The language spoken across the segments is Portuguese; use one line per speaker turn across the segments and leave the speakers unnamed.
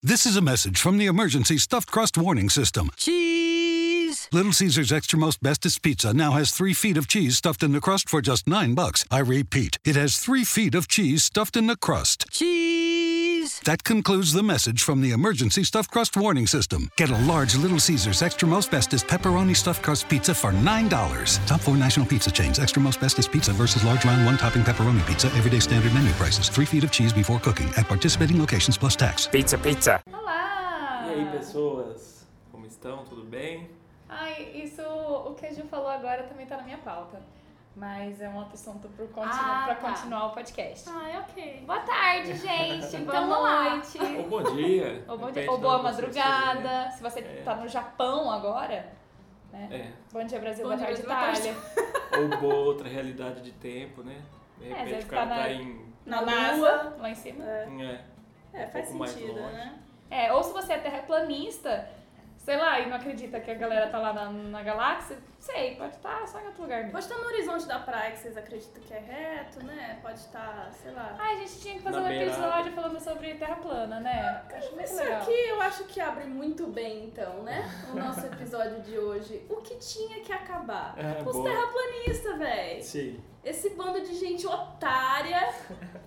This is a message from the emergency stuffed crust warning system.
Cheese!
Little Caesar's Extra Most Bestest Pizza now has three feet of cheese stuffed in the crust for just nine bucks. I repeat, it has three feet of cheese stuffed in the crust.
Cheese!
That concludes the message from the emergency stuffed crust warning system. Get a large Little Caesar's Extra Most Bestest Pepperoni Stuffed Crust Pizza for $9. Top four national pizza chains Extra Most Bestest Pizza versus Large Round One Topping Pepperoni Pizza, everyday standard menu prices, three feet of cheese before cooking at participating locations plus tax.
Pizza, pizza.
Olá!
E aí, pessoas? Como estão? Tudo bem?
Ai, isso, o que a Ju falou agora também tá na minha pauta. Mas é um outro assunto pro continu
Ah,
pra
tá.
continuar o podcast.
Ah, ok.
é Boa tarde, gente!
Então,
Boa
olá.
noite!
Ou bom dia.
Ou, bom
depende
dia, ou
de
boa
onde você
madrugada, se você
É.
tá no Japão agora.
esteja, né?
Bom dia, Brasil,
Bom
boa tarde,
dia, Brasil, boa tarde.
Itália.
É. Ou boa outra realidade de tempo, né? De
às
repente
vezes
o cara
tá
tá,
na-
em.
Na
NASA.
Lua, lá em cima.
É,
É,
um
faz
pouco mais
sentido,
longe.
né?
É, ou se você é terraplanista, sei lá, e não acredita que a galera tá lá na, na galáxia, sei, pode estar só em outro lugar mesmo.
Pode estar no horizonte da praia que vocês acreditam que é reto, né? Pode estar, sei lá.
Ai, a gente tinha que fazer
Na
um
beirada.
episódio falando sobre terra plana, né? Acho muito
Ah, Isso
legal.
aqui eu acho que abre muito bem, então, né? O nosso episódio de hoje. O que tinha que acabar?
É,
Os
boa.
terraplanistas, véi.
sim.
Esse bando de gente otária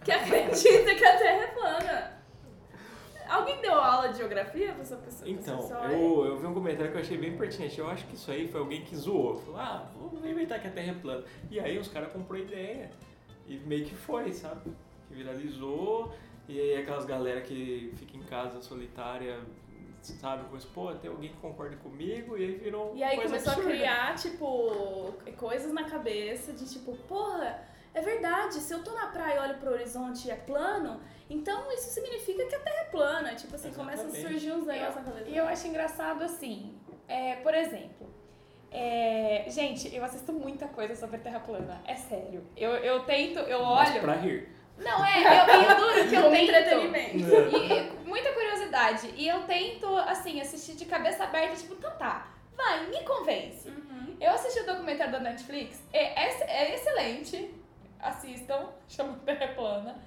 que acredita que a Terra é plana. Alguém deu aula de geografia pra essa pessoa?
Então,
professora?
eu, eu vi um comentário que eu achei bem pertinente. Eu acho que isso aí foi alguém que zoou. Falou, ah, vamos inventar que a Terra é plana. E aí os caras comprou a ideia. E meio que foi, sabe? Que viralizou. E aí aquelas galera que fica em casa solitária, sabe? Coisa, pô, tem alguém que concorda comigo. E aí virou
E aí
coisa
começou
absurda.
a criar, tipo, coisas na cabeça de tipo, porra, é verdade, se eu tô na praia e olho pro horizonte e é plano, então isso significa que a Terra é plana. Tipo assim, começa a
Exatamente.
surgir uns negócios na
E
cabeça.
eu acho engraçado assim, é, por exemplo, é, gente, eu assisto muita coisa sobre terra plana, é sério. Eu, eu tento, eu
Mas
olho.
pra rir.
Não, é, eu, eu duro que eu
Como
tento.
entretenimento.
É,
E, muita curiosidade. E eu tento, assim, assistir de cabeça aberta, tipo, então tá, vai, me convence. Eu assisti o documentário da Netflix, é, é- é excelente. Assistam, chama Terra Plana.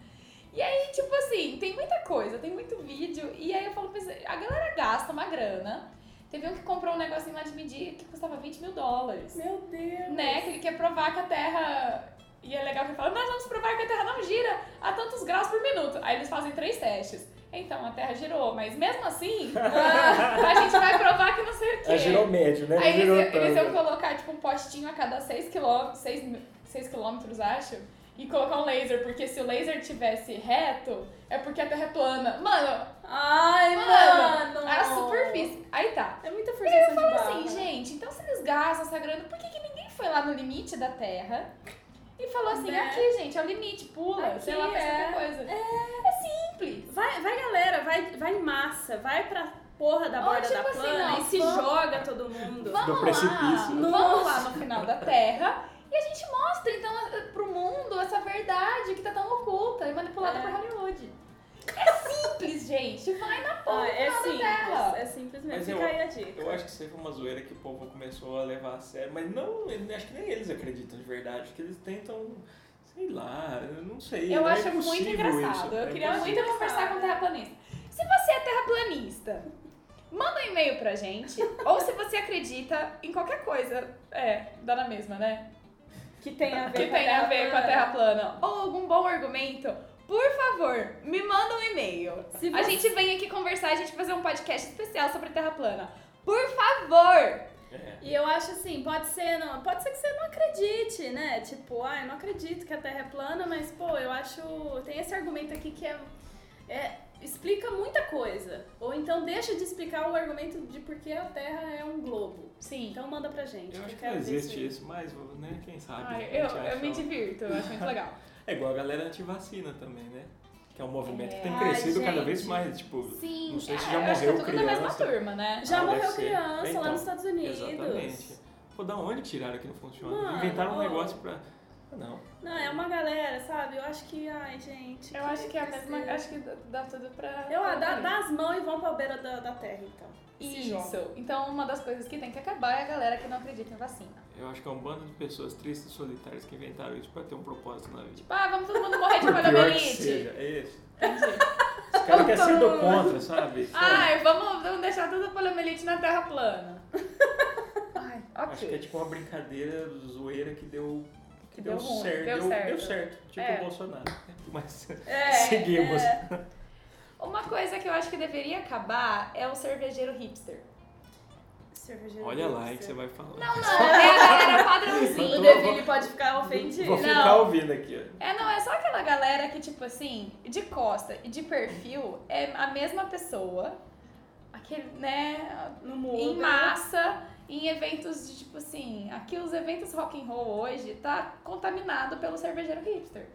E aí, tipo assim, tem muita coisa, tem muito vídeo. E aí eu falo pra você, a galera gasta uma grana. Teve um que comprou um negocinho lá de medir que custava 20 mil dólares.
Meu Deus.
Né? Que ele quer provar que a Terra. E é legal que ele fala, nós vamos provar que a Terra não gira a tantos graus por minuto. Aí eles fazem três testes. Então, a Terra girou, mas mesmo assim, ah, a gente vai provar que não sei o quê.
É girou médio, né?
Aí
girou
eles, eles iam colocar, tipo, um postinho a cada 6 quilômetros, 6, quilômetros, acho, e colocar um laser, porque se o laser tivesse reto, é porque a Terra é plana. Mano,
Ai,
mano,
mano.
era super difícil. Aí tá.
É muita
E aí
força
eu
de
falo
barra.
assim, gente, então se eles gastam essa grana, por que, que ninguém foi lá no limite da Terra e falou assim,
Né?
aqui, gente, é o limite, pula,
Aqui,
sei lá, faz
é.
qualquer coisa. É, simples.
Vai, vai galera, vai, vai em massa, vai pra porra da
Ou,
borda
tipo
da
assim,
plana
não,
e se
vamos-
joga todo mundo.
Vamos lá,
né?
precipício.
vamos lá no final da Terra e a gente mostra, então, pro mundo essa verdade que tá tão oculta e manipulada
É.
por Hollywood. É simples, gente. Vai na porra do
Ó, é
final da
simples,
Terra.
é simples mesmo.
Mas eu-
Fica aí a dica.
Eu acho que isso aí foi uma zoeira que o povo começou a levar a sério, mas não, eu acho que nem eles acreditam de verdade, que eles tentam, sei lá, eu não sei.
Eu
não é
acho muito
possível
engraçado.
isso,
eu
é
queria
possível.
muito conversar com o terraplanista. Se você é terraplanista, manda um e-mail pra gente. ou se você acredita em qualquer coisa. É, dá na mesma, né?
Que tem a ver
que
com a
tem a
Terra
ver com a
plana.
Terra plana ou algum bom argumento, por favor, me manda um e-mail.
Se
A
você-
gente vem aqui conversar, a gente fazer um podcast especial sobre Terra plana. Por favor!
É.
E eu acho assim, pode ser, não, pode ser que você não acredite, né? Tipo, ah, eu não acredito que a Terra é plana, mas pô, eu acho, tem esse argumento aqui que é, é- explica muita coisa. Ou então deixa de explicar o argumento de por que a Terra é um globo.
Sim.
Então manda pra gente.
Eu
que
acho que
quero
não
ver
existe
aí.
isso, mas né, quem sabe.
Ai,
a gente
eu,
acha
eu me
um-
divirto, eu acho muito legal.
É igual a galera antivacina também, né? Que é um movimento que tem
Ai,
crescido cada
gente.
vez mais, tipo,
Sim,
não sei se
é,
já
eu acho que
morreu
é tudo da mesma
criança.
turma, né?
Já
Ah, deve
morreu
ser.
criança lá
Então,
nos Estados Unidos.
Exatamente. Pô, da onde tiraram que não funciona?
Mano,
Inventaram um
ô.
negócio pra... Ah, Não.
Não, é uma galera, sabe? Eu acho que, ai, gente.
Eu acho que é a mesma.
tristeza.
Acho que dá- dá tudo pra.
Eu, ah, dá, dá as mãos e vão pra beira da, da terra, então. Se joga.
Isso. Então, uma das coisas que tem que acabar é a galera que não acredita em vacina.
Eu acho que é um bando de pessoas tristes e solitárias que inventaram isso pra ter um propósito na vida.
Tipo, ah, vamos todo mundo morrer de
Por pior que
poliomielite.
seja, é isso. Os caras querem ser do contra, sabe?
Ai, vamos, vamos deixar toda a poliomielite na terra plana. Ai,
Acho que é
ok.
tipo uma brincadeira zoeira que deu. Que,
Que
deu,
deu ruim,
certo,
deu certo.
Tipo
É.
o Bolsonaro. Mas
É,
seguimos.
é.
Uma coisa que eu acho que deveria acabar é o cervejeiro hipster.
Cervejeiro
Olha lá aí que você
hipster.
vai falar.
Não, é a galera
O
padrãozinho.
Deville pode ficar
Vou
ofendido.
Não.
ficar ouvindo aqui, ó.
É, não, é só aquela galera que, tipo assim, de costa e de perfil é a mesma pessoa. Aquele, né? Em
No mundo.
massa, em eventos de tipo assim, aqui os eventos rock and roll hoje tá contaminado pelo cervejeiro hipster.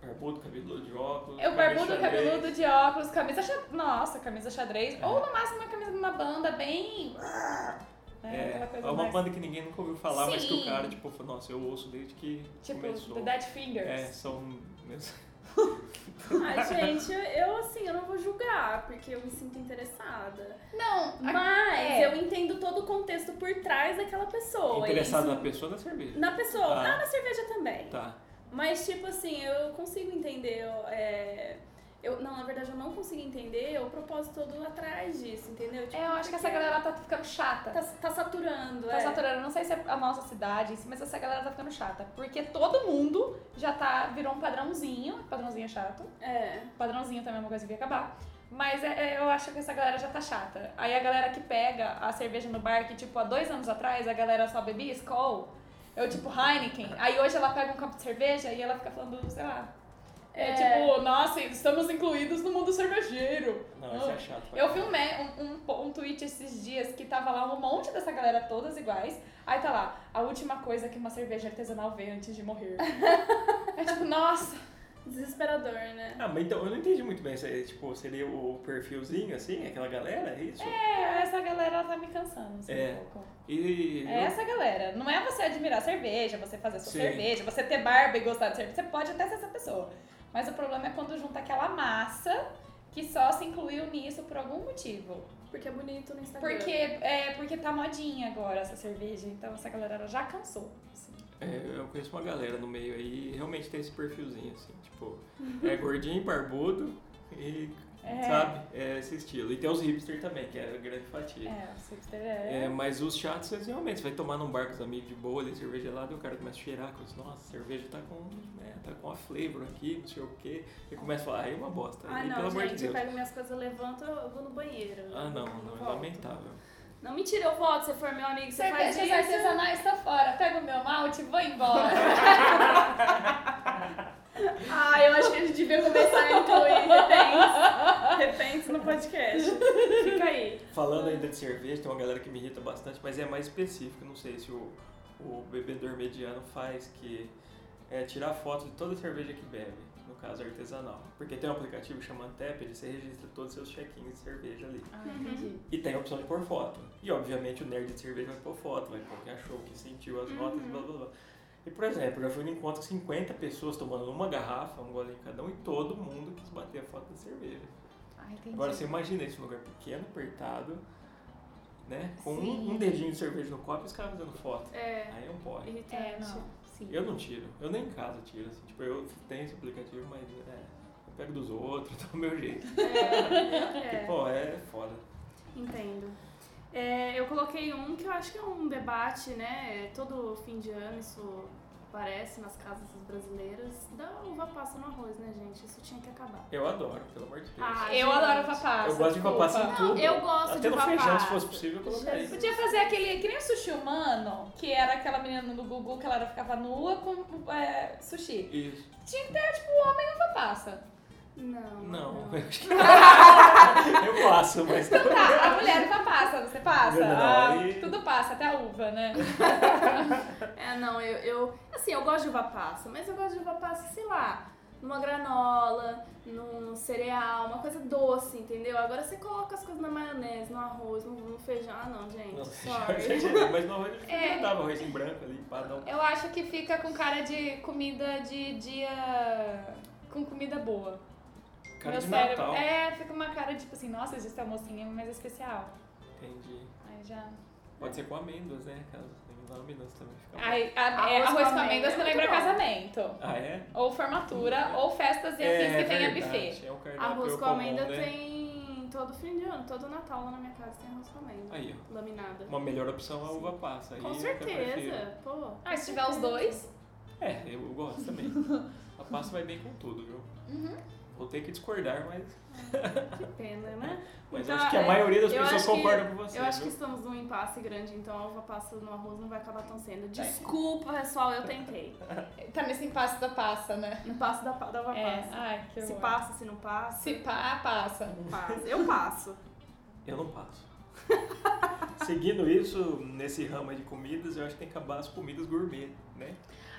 Barbudo, cabeludo de óculos.
É o barbudo,
cabeça xadrez.
cabeludo de óculos, camisa xadrez. Nossa, camisa xadrez. Ou no máximo uma camisa de uma banda bem. né, aquela
É,
coisa
é uma
mais-
banda que ninguém nunca ouviu falar, mas que o
Sim.
cara, tipo, falou, nossa, eu ouço desde que
Tipo,
começou.
The Dead Fingers.
É, são. meus-
Ai, gente, eu assim, eu não vou julgar, porque eu me sinto interessada.
Não, a-
Mas
é.
eu entendo todo o contexto por trás daquela pessoa.
Interessado
Isso-
na pessoa da cerveja.
na pessoa.
Ah.
Ah, na cerveja também.
Tá.
Mas, tipo assim, eu consigo entender. eu, é, Eu, não, na verdade, eu não consigo entender o propósito todo atrás disso, entendeu? Tipo,
é, eu acho que essa
porque
galera tá ficando chata.
tá, tá saturando.
Tá
é.
saturando, não sei se é a nossa cidade, em si, mas essa galera tá ficando chata. Porque todo mundo já tá, virou um padrãozinho. Padrãozinho é chato.
É.
Padrãozinho também é uma coisa que ia acabar. Mas é- é, eu acho que essa galera já tá chata. Aí a galera que pega a cerveja no bar, que tipo, há dois anos atrás a galera só bebia Skol, eu tipo Heineken. Aí hoje ela pega um copo de cerveja e ela fica falando, sei lá. É,
É.
tipo, nossa, estamos incluídos no mundo cervejeiro.
Não, isso
Ah.
é chato. pra
Eu
caralho.
vi um, me- um, um, po- um tweet esses dias que tava lá um monte dessa galera todas iguais. Aí tá lá, a última coisa que uma cerveja artesanal vê antes de morrer. é tipo, nossa,
Desesperador, né?
Ah, mas então, eu não entendi muito bem. se- Tipo, seria o perfilzinho, assim, aquela galera, é isso?
é, essa galera ela tá me cansando assim,
É.
um pouco.
E...
É essa galera. Não é você admirar a cerveja, você fazer sua
Sim.
cerveja, você ter barba e gostar de cerveja. Você pode até ser essa pessoa. Mas o problema é quando junta aquela massa que só se incluiu nisso por algum motivo.
Porque é bonito no Instagram.
Porque, é, porque tá modinha agora essa cerveja, então essa galera ela já cansou. assim.
É, eu conheço uma galera no meio aí e realmente tem esse perfilzinho, assim, tipo, é gordinho, barbudo e,
É.
sabe, é esse estilo. E tem os hipster também, que é a grande fatia.
É, o hipster é.
É, mas os chatos, eles realmente, você vai tomar num bar com os amigos de boa, ali, cerveja gelada, e o cara começa a cheirar, coisa, nossa, a cerveja tá com, né, tá com a flavor aqui, não sei o quê. E começa a falar, aí é uma bosta.
Ah,
e,
não,
pelo amor de
gente, eu
Deus.
pego minhas coisas, eu levanto, eu vou no banheiro.
Ah, não, não, é
volto.
lamentável.
Não, mentira, eu volto, se for meu amigo, você faz
Cervejas
isso.
artesanais tá fora. Pega o meu malte e vou embora.
Ah, eu acho que a gente devia começar a incluir repentes. Repentes no podcast. Fica aí.
Falando ainda de cerveja, tem uma galera que me irrita bastante, mas é mais específico, não sei se o, o bebedor mediano faz, que é tirar foto de toda a cerveja que bebe, no caso artesanal. Porque tem um aplicativo chamado Tepid, você registra todos os seus check-ins de cerveja ali.
ah, entendi.
E tem a opção de pôr foto. E obviamente o nerd de cerveja vai pôr foto, vai pôr o que achou, o que sentiu, as notas, blá blá blá. E por exemplo, eu já fui num encontro com 50 pessoas tomando uma garrafa, um gole em cada um, e todo mundo quis bater a foto da cerveja.
Ah, entendi.
Agora você imagina esse lugar pequeno, apertado, né? Com
Sim.
um, um dedinho de cerveja no copo e os caras fazendo foto.
É.
Aí não pode.
Irritante.
É, não. Sim.
Eu não tiro. Eu nem em casa tiro, assim. Tipo, eu tenho esse aplicativo, mas é, eu pego dos outros, dá o meu jeito.
É,
Porque,
é.
pô, é foda.
Entendo. É, eu coloquei um que eu acho que é um debate, né? Todo fim de ano isso aparece nas casas brasileiras. Da uva passa no arroz, né, gente? Isso tinha que acabar.
Eu adoro, pelo amor de Deus.
Ah,
Eu
gente.
adoro uva passa.
eu gosto de uva
desculpa.
passa em tudo.
eu gosto
Até
de
no
uva
feijão, se
passa.
fosse possível, eu colocaria.
Jesus.
Podia fazer aquele, que nem o sushi humano, que era aquela menina do Gugu que ela ficava nua com é, sushi.
Isso.
Tinha que ter, tipo, um homem e uva passa.
Não.
Não, eu acho que Eu passo, mas...
Então tá, a mulher uva passa, você passa.
Não,
Ah,
aí-
Tudo passa, até a uva, né?
É, não, eu, eu. Assim, eu gosto de uva passa, mas eu gosto de uva passa, sei lá, numa granola, num cereal, uma coisa doce, entendeu? Agora você coloca as coisas na maionese, no arroz, no, no feijão. Ah, não, gente.
Não, já
sorry. É,
exagerei, mas no arroz
É.
eu dava arroz em branco ali, pá, um não.
Eu acho que fica com cara de comida de dia. com comida boa.
Cara
Meu
de
cérebro.
Natal.
É, fica uma cara tipo assim, nossa, esse almocinho é mais especial.
Entendi.
Aí já.
Pode ser com amêndoas, né? Caso tenha amêndoas também fica bom.
Ai, a- é,
Arroz
arroz,
com
com amêndoas
amêndoas é
me
muito
lembra
bom.
casamento.
Ah, é?
Ou formatura,
Hum, é.
ou festas e afins que tenha
verdade,
buffet.
É um cardápio
Arroz com
comum,
amêndoa
né?
tem todo fim de ano, todo Natal lá na minha casa tem arroz com amêndoa.
Aí, ó.
Laminada.
Uma melhor opção é a uva passa. aí eu
Com
até prefiro.
certeza, pô.
Ah, se tiver os dois,
É, eu gosto também. A pasta vai bem com tudo, viu?
Uhum.
Vou ter que discordar, mas,
Que pena, né?
mas
Então,
acho que a
é,
maioria das
eu
pessoas
acho que-
concorda com você.
Eu acho que
viu?
estamos num impasse grande, então a uva passa no arroz não vai acabar tão cedo. Desculpa, pessoal, eu tentei.
tá nesse impasse da passa, né?
No passo da, pa- da uva
É,
passa.
ai, que
Se
horror.
passa, se não passa.
Se pá, passa.
passa. Eu passo.
Eu não passo. Seguindo isso, nesse ramo aí de comidas, eu acho que tem que acabar as comidas gourmet, né?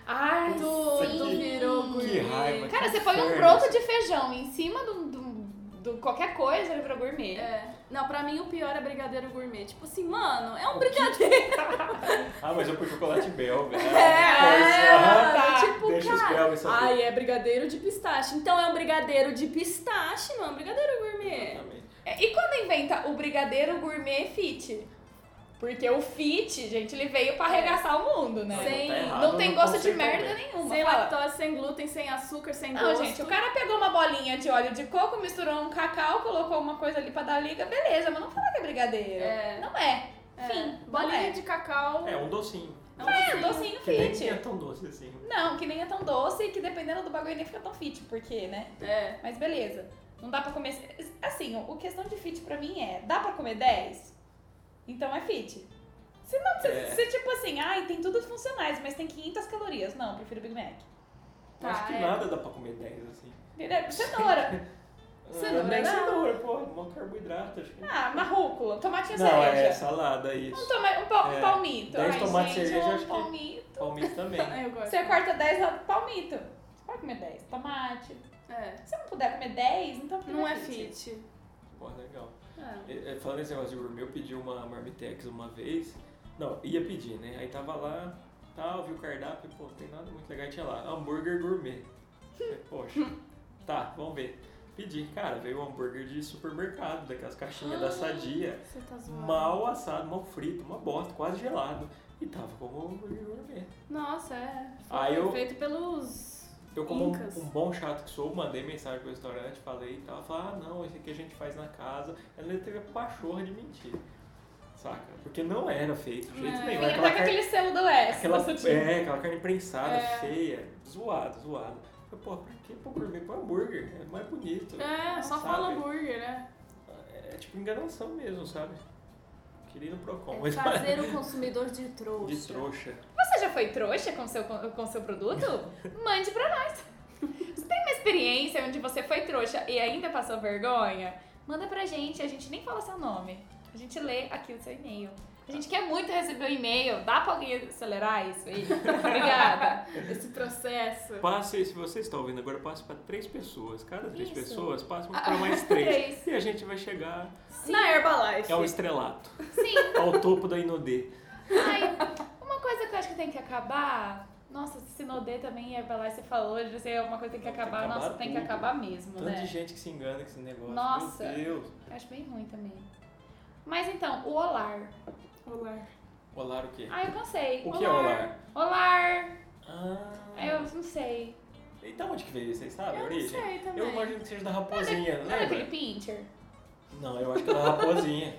Ai,
Tu,
sim.
tu virou gourmet.
Que raiva.
Cara, você põe um
inferno.
broto de feijão em cima do, do, do qualquer coisa, ele virou gourmet.
É. Não, pra mim o pior é brigadeiro gourmet. Tipo assim, mano, é um brigadeiro.
Ah, mas eu pus chocolate belga.
É, mano,
tá.
tipo,
né? Deixa os
cara.
belgas saber.
Ai, é brigadeiro de pistache. Então é um brigadeiro de pistache, não é um brigadeiro gourmet.
Exatamente.
É, E quando inventa o brigadeiro gourmet fit? Porque o fit, gente, ele veio pra arregaçar o mundo, né?
Não,
É. Sem-
tá errado,
Não tem
eu
gosto de
consigo
merda
também.
nenhuma. Ah,
Sem
fala.
lactose, sem glúten, sem açúcar, sem tipo,
Não,
gosto.
gente, o cara pegou uma bolinha de óleo de coco, misturou um cacau, colocou uma coisa ali pra dar liga, beleza, mas não fala que é brigadeiro.
É.
Não é.
É,
Fim.
bolinha
não é.
de cacau.
É, um docinho.
É um
É,
docinho.
docinho
Que nem
fit.
tinha tão doce assim.
Não, que nem é tão doce que dependendo do bagulho nem fica tão fit, porque, né?
É.
Mas beleza. Não dá pra comer. Assim, o o questão de fit pra mim é: dá pra comer 10? Então é fit. Se não, se,
É.
se tipo assim, ai, tem tudo funcionais, mas tem 500 calorias. Não, prefiro Big Mac.
Tá,
acho que
é.
nada dá pra comer 10 assim.
Entendeu? Cenoura. Cenoura,
Ah, nem
não.
cenoura, pô, mó carboidrato. Acho que...
Ah, uma rúcula, tomatinho
não, é
cereja.
salada,
Um,
isso.
toma, um, pal- um
É.
palmito.
Dez
Ai,
tomates
gente,
cereja,
um
acho que-
palmito.
Palmito também.
Ah, Eu gosto.
Você é corta 10 lá do palmito. Você pode comer 10 tomate.
É.
Se você não puder comer 10, então fica
Não é fit.
Pô, legal.
É.
É, é, Falando nesse negócio de gourmet, eu pedi uma marmitex uma vez. Não, ia pedir, né? Aí tava lá, tal, vi o cardápio, pô, não tem nada muito legal. Aí Tinha lá, hambúrguer gourmet. Falei, Poxa, tá, vamos ver. Pedi, cara, veio um hambúrguer de supermercado, daquelas caixinhas da Sadia.
Você tá zoando.
Mal assado, mal frito, uma bosta, quase gelado. E tava como hambúrguer gourmet.
Nossa, é.
Aí eu,
Feito pelos.
eu como um,
Incas.
um bom chato que sou, mandei mensagem pro restaurante, falei e tal. Falei, ah, não, esse aqui a gente faz na casa. Ela teve a pachorra de mentir, saca? Porque não era feito, de jeito
É.
nenhum.
Vinha até
Aquela
com
carne,
aquele selo do S.
aquela,
do sutil.
é, aquela carne prensada,
É.
feia, zoado, zoado. Eu falei, pô, pra que pôr gourmet pro hambúrguer? É mais bonito.
É, só
sabe?
fala hambúrguer, né?
É, tipo enganação mesmo, sabe? Queria ir no Procon,
É
mas...
fazer o consumidor de trouxa.
De trouxa.
Você já foi trouxa com seu, com seu produto? Mande pra nós. Você tem uma experiência onde você foi trouxa e ainda passou vergonha? Manda pra gente, a gente nem fala seu nome. A gente lê aqui o seu e-mail. A gente quer muito receber o e-mail. Dá pra alguém acelerar isso aí? Obrigada.
Esse processo.
Passe, se você está ouvindo agora, passe para três pessoas. Cada três
Isso. Ah,
pessoas, passe para mais três.
Três.
E a gente vai chegar
Na Herbalife.
ao É estrelato,
Sim.
ao topo da Inodê.
Ai, uma coisa que eu acho que tem que acabar. Nossa, se Nodê também ia pra lá e você falou, eu já sei, alguma coisa que tem que
Tem que
acabar. Nossa,
acabar
tem que
tudo.
acabar mesmo,
Tanto
né?
É.
de gente que se engana com esse negócio.
Nossa.
Meu Deus.
Eu acho bem ruim também. Mas então, o Olar.
Olá.
Olar o quê?
Ah, eu não sei.
O que é olar?
Olar.
Ah.
Eu não sei.
Então onde que veio? Vocês sabem a
Eu não
origem?
sei
Eu
também.
imagino que seja da raposinha,
Não é aquele
lembra?
pincher?
Não, eu acho que é da raposinha.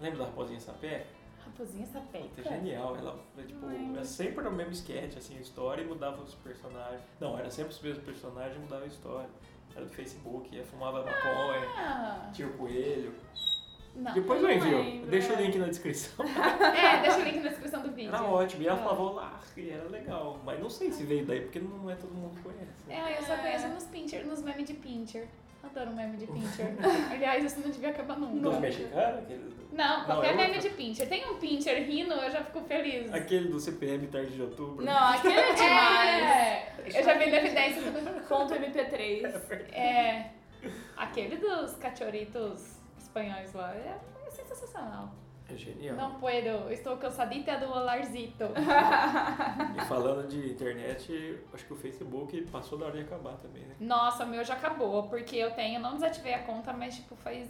Lembra da raposinha sapé?
Raposinha
tá
Puta,
sapeca.
é genial. Ela, é, tipo,
lembro.
é sempre o mesmo sketch, assim, a história e mudava os personagens. Não, era sempre os mesmos personagens e mudava a história. Era do Facebook, ia, fumava maconha,
Ah,
tinha o coelho.
não.
Depois
eu
eu
não
envio.
lembro,
Deixa o
é.
link na descrição.
É, deixa o link na descrição do vídeo.
Era ótimo. E ela
É.
falava lá, e era legal. Mas não sei se veio daí, porque não é todo mundo que conhece. né?
É, eu só
É.
conheço nos pincher, nos memes de pincher. Adoro um meme de pincher. Aliás, isso não devia acabar nunca.
Dos mexicanos, aquele,
Não, qualquer
Não, é
meme
outro.
de pincher. Tem um pincher rindo, eu já fico feliz.
aquele do CPM tarde de outubro.
Não, aquele é demais.
É, eu já vi na evidência do...
Ponto MP3.
É. Aquele dos cachorritos espanhóis lá é, é sensacional.
É genial.
Não puedo, estou cansadita do olarzito.
E falando de internet, acho que o Facebook passou da hora de acabar também, né?
Nossa, o meu já acabou, porque eu tenho, não desativei a conta, mas tipo, faz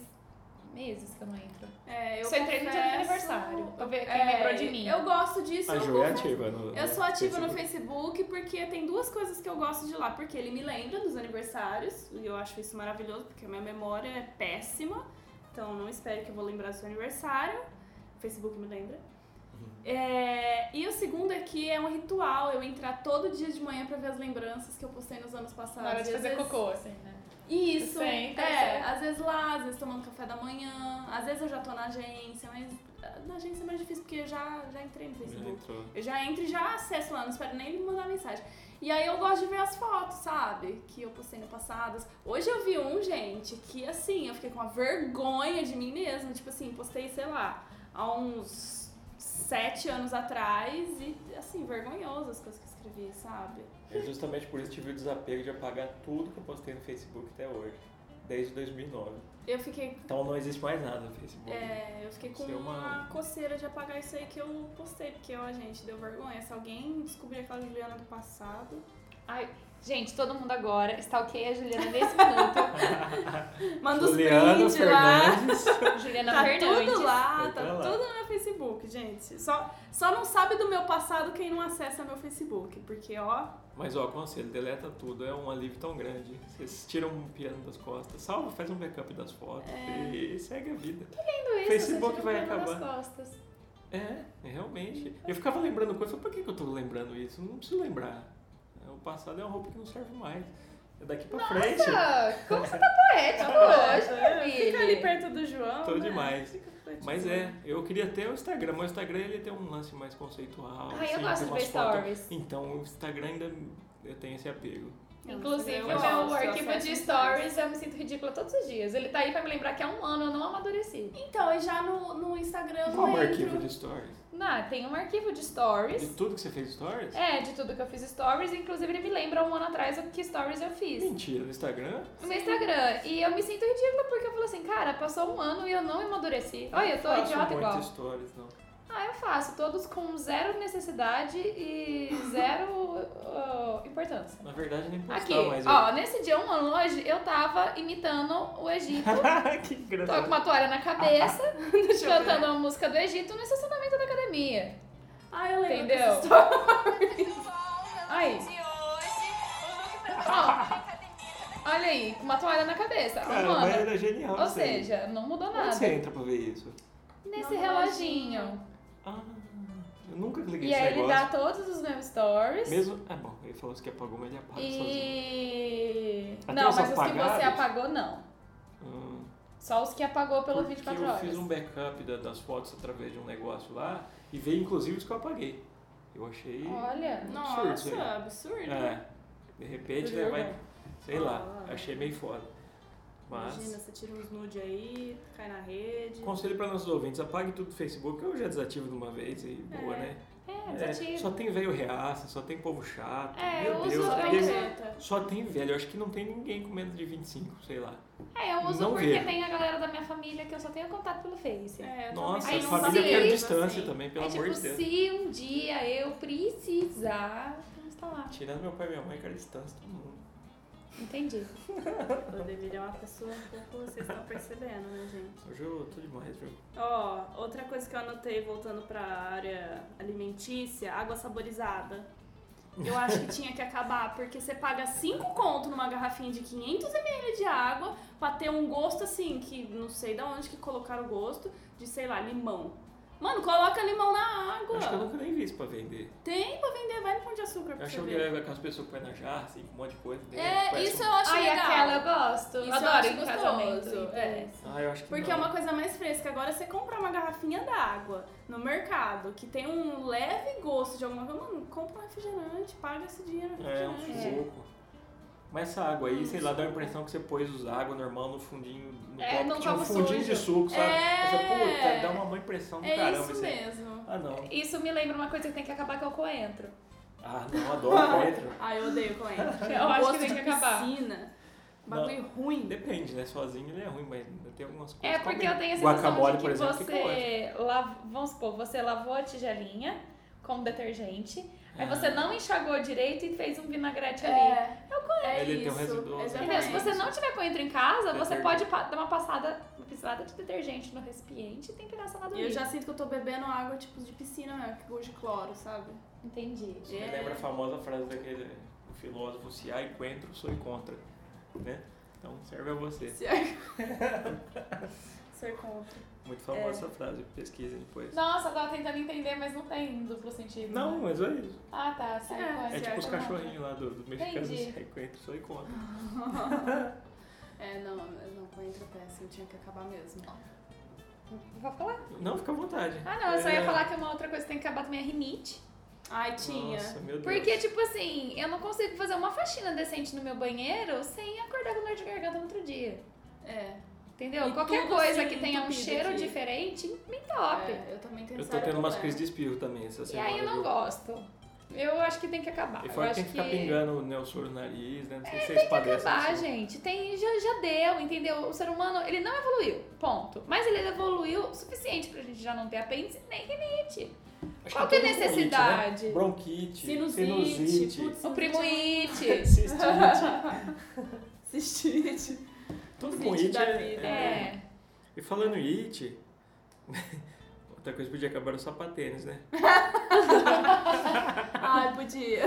meses que eu não entro.
É, eu
Só entrei no dia do meu
confesso-
aniversário, pra ver quem
É,
lembrou de mim.
Eu gosto disso.
A
eu
Ju é
confesso.
ativa no.
um Eu
no
sou ativa no
Facebook.
Facebook porque tem duas coisas que eu gosto de lá. Porque ele me lembra dos aniversários, e eu acho isso maravilhoso, porque a minha memória é péssima. Então não espere que eu vou lembrar do seu aniversário. O Facebook me lembra. É, e o segundo é que é um ritual eu entrar todo dia de manhã pra ver as lembranças que eu postei nos anos passados.
Na hora de
E às
fazer
vezes-
cocô, assim, né?
Isso.
Senta,
é,
senta.
às vezes lá, às vezes tomando café da manhã, às vezes eu já tô na agência, mas ah, na agência é mais difícil porque eu já, já entrei no
Já
Facebook.
entrou.
Eu já entro e já acesso lá, não espero nem ele me mandar mensagem. E aí eu gosto de ver as fotos, sabe? Que eu postei no passado. Hoje eu vi um, gente, que assim, eu fiquei com uma vergonha de mim mesma. Tipo assim, postei, sei lá, há uns sete anos atrás e assim, vergonhoso as coisas que eu escrevi, sabe?
Eu É justamente por isso tive o desapego de apagar tudo que eu postei no Facebook até hoje. Desde 2009.
Eu fiquei.
Então não existe mais nada no Facebook.
É, eu fiquei com
Isso é uma-
uma coceira de apagar isso aí que eu postei, porque, ó, gente, deu vergonha. Se alguém descobrir aquela Juliana do passado.
Ai, gente, todo mundo agora stalkeia a Juliana nesse minuto.
Manda os
Juliana
prints lá.
Fernandes.
Juliana
Tá
Fernandes.
tudo lá,
Vai
tá
pra lá.
tudo no meu Facebook, gente. Só, só não sabe do meu passado quem não acessa meu Facebook, porque ó,
Mas ó, conselho, deleta tudo, é um alívio tão grande. Vocês tiram um piano das costas, salva, faz um backup das fotos
É.
e segue a vida.
Tudo isso,
Facebook
você tira o
vai
problema das
acabar.
costas.
É, realmente. Eu ficava lembrando coisas, eu falei, por que, que eu tô lembrando isso? Não preciso lembrar. O passado é uma roupa que não serve mais. É daqui pra frente.
Nossa, como você tá poético hoje,
é, fica ali
Camille?
perto do João.
Tô
é
né?
demais.
Fica perto do
Mas
João.
é, eu queria ter o Instagram, mas o Instagram ele tem um lance mais conceitual.
Ai, eu
assim,
gosto
tem
de
umas
ver
fotos.
stories.
Então o Instagram ainda eu tenho esse apego.
Então,
Inclusive, o
Eu
meu
gosto, eu
arquivo
acesso
de
demais.
stories, eu me sinto ridícula todos os dias. Ele tá aí pra me lembrar que há um ano eu não amadureci.
Então, e já no, no Instagram eu
Qual
não
é o
entro.
arquivo de stories?
Não, tem um arquivo de
De
stories.
tudo que você fez stories?
É, de tudo que eu fiz stories. Inclusive, ele me lembra um ano atrás o que stories eu fiz.
Mentira, no Instagram?
No meu Instagram. E eu me sinto ridícula porque eu falo assim, cara, passou um ano e eu não amadureci. Olha, eu tô
Faço
idiota
muito
igual.
stories, não.
Ah, eu faço. Todos com zero necessidade e zero ah, importância.
Na verdade, nem postar
Aqui,
mais.
ó, nesse dia um ano hoje, eu tava imitando o Egito.
que
Tô com
engraçado.
uma toalha na cabeça,
Deixa eu ver.
cantando uma música do Egito no estacionamento da academia.
Ah, eu lembro
Entendeu?
dessa história.
Aí. Ó, olha aí, com uma toalha na cabeça.
Cara,
um
mas
ano.
era genial.
Ou
isso aí.
seja, não mudou
Onde
nada.
você entra pra ver isso?
Nesse
No
reloginho.
Ah, eu nunca cliquei
E
nesse
aí ele
negócio.
dá todos os meus stories.
Mesmo. Ah, bom, ele falou que apagou, mas ele apaga sozinho.
E.
Até
não,
os
mas os que você
apagados?
apagou, não.
Hum,
Só os que apagou pelo
porque
24
eu
horas.
fiz um backup da- das fotos através de um negócio lá e veio inclusive os que eu apaguei. Eu achei.
Olha.
Absurdo isso aí.
Nossa, absurdo.
É, de repente né,
Juro.
vai. Sei lá,
Ah.
achei meio foda. Mas.
Imagina, você tira uns nude aí, cai na rede.
Conselho para nossos ouvintes, apague tudo do Facebook, eu já desativo de uma vez e boa,
É.
né?
É,
É,
desativa.
só tem velho reaça, só tem povo chato.
É,
Meu
eu
Deus,
uso
só
pra
tem-
isso.
Treta.
só tem velho. Eu acho que não tem ninguém com menos de 25, sei lá.
É, eu uso
Não
porque
vejo.
tem a galera da minha família que eu só tenho contato pelo Face.
É, eu
Nossa,
também
Aí
não
família eu
sei,
quero
assim.
distância também, pelo
é
amor
tipo,
de Deus.
se um dia eu precisar, vamos estar lá.
Tirando meu pai e minha mãe, eu quero distância todo mundo.
Entendi.
Eu deveria uma pessoa um pouco, vocês estão percebendo, né, gente?
Hoje eu tô um demais, viu?
Ó, outra coisa que eu anotei voltando pra área alimentícia, água saborizada. Eu acho que tinha que acabar, porque você paga 5 conto numa garrafinha de 500ml de água pra ter um gosto assim, que não sei da onde que colocaram o gosto, de sei lá, limão. Mano, coloca limão na água.
Acho que eu nunca nem vi isso pra vender.
Tem pra vender, vai no pão de açúcar
Eu
pra você
achava que
ver.
era aquelas pessoas que põem na jarra, assim, com um monte de coisa. dentro,
É,
parece
isso
um-
eu acho
Ai,
legal.
aquela eu gosto.
Isso eu
Adoro
acho
em
gostoso,
casamento.
é.
É.
Ah, eu acho que
Porque
não.
é uma coisa mais fresca. Agora você comprar uma garrafinha d'água no mercado que tem um leve gosto de alguma coisa, mano, compra um refrigerante, paga esse dinheiro no
É, um
refrigerante.
suco. Mas essa água aí, sei lá, dá a impressão que você pôs os água normal no fundinho, no
É,
copo,
num
tinha um
copo
fundinho
sujo.
de suco, sabe?
É.
Eu falei, puta, dá uma má impressão do
É
caramba
isso
isso aí.
mesmo.
Ah, não.
Isso me lembra uma coisa que tem que acabar, que é o coentro.
Ah, não, adoro coentro.
Ah, eu odeio coentro.
Eu acho que
Gosto
tem
de
que acabar.
Piscina. Bagulho ruim.
Depende, né? Sozinho ele é ruim, mas ainda tem algumas coisas.
É porque eu tenho a sensação
Guacamole,
de que
por exemplo, que
você... Lav... Vamos supor, você lavou a tigelinha, com detergente. Aí
Ah.
você não enxagou direito e fez um vinagrete ali.
É,
É o correto.
é
Ele tem um
isso.
residual, né?
Entendeu? Se
Exatamente.
É você não tiver coentro em casa, você
Detergente.
pode pa- dar uma passada, uma pincelada de detergente no recipiente e temperar a salada
E eu
livre.
já sinto que eu tô bebendo água tipo de piscina mesmo, que gosto de cloro, sabe?
Entendi.
Me lembra a famosa frase daquele filósofo, se há encontro, sou contra. Né? Então serve a você.
Ser é contra.
Muito
É.
famosa essa frase, pesquisa depois.
Nossa, eu tava tentando entender, mas não tem duplo sentido. né?
Não, mas é isso.
Ah, tá. Sai
É,
fora.
É tipo os
Sai fora.
cachorrinhos lá do, do mexicano,
Entendi.
se há encontro, sou contra.
É, não, não, com entre péssimo, tinha que acabar mesmo.
Vou falar.
Não, fica à vontade.
Ah, não. Eu só ia
É.
falar que uma outra coisa que tem que acabar também é rinite.
Ai, tinha.
Nossa, meu Deus.
Porque, tipo assim, eu não consigo fazer uma faxina decente no meu banheiro sem acordar com dor de garganta no outro dia.
É.
Entendeu?
E
Qualquer
tudo,
coisa
assim,
que tenha um
entupido
cheiro
aqui.
diferente, me top.
é, eu também tenho
Eu tô
sério
tendo umas
problema.
crises de espirro também essa
E
semana.
aí eu não
viu?
gosto. Eu acho que tem que acabar.
E
Eu
fora que
acho
tem que ficar pingando né, o soro no nariz, né? Não sei se
Tem
vocês
que
padecem. assim.
acabar,
disso.
gente. Tem, já, já deu, entendeu? O ser humano, ele não evoluiu, ponto. Mas ele evoluiu o suficiente pra gente já não ter apêndice nem rinite.
Acho
Qual
que
que é a
todo mundo,
necessidade?
né? Bronquite,
Sinusite.
sinusite,
putz,
O primo it.
cistite.
Cistite.
Tudo com
It
it
da
é-
vida.
é...
É.
E falando em it, outra coisa podia acabar no sapatênis, né?
Ai, podia.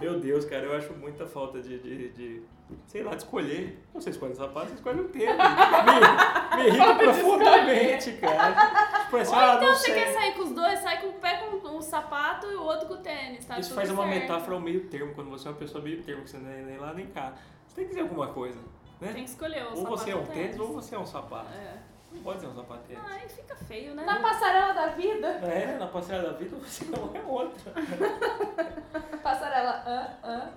Meu Deus, cara, eu acho muita falta de, de, de, sei lá, de escolher. Você escolhe sapato, você escolhe o tempo. Me, me irrita profundamente, cara. Tipo assim, ah,
então
não
você
sei.
quer sair com os dois, sai com o pé com um sapato e o outro com o tênis, tá?
Isso
Tudo
faz uma
certo.
metáfora ao meio termo, quando você é uma pessoa meio termo, que você não é nem lá nem cá. Você tem que dizer alguma coisa, né?
Tem que escolher o
ou
sapato
você é um
ou
tênis ou você é um sapato.
É.
Não pode ser um sapatênis.
Ai, fica feio, né?
Na passarela da vida,
É, na passeada da vida você não é outra.
passarela, ah, ah.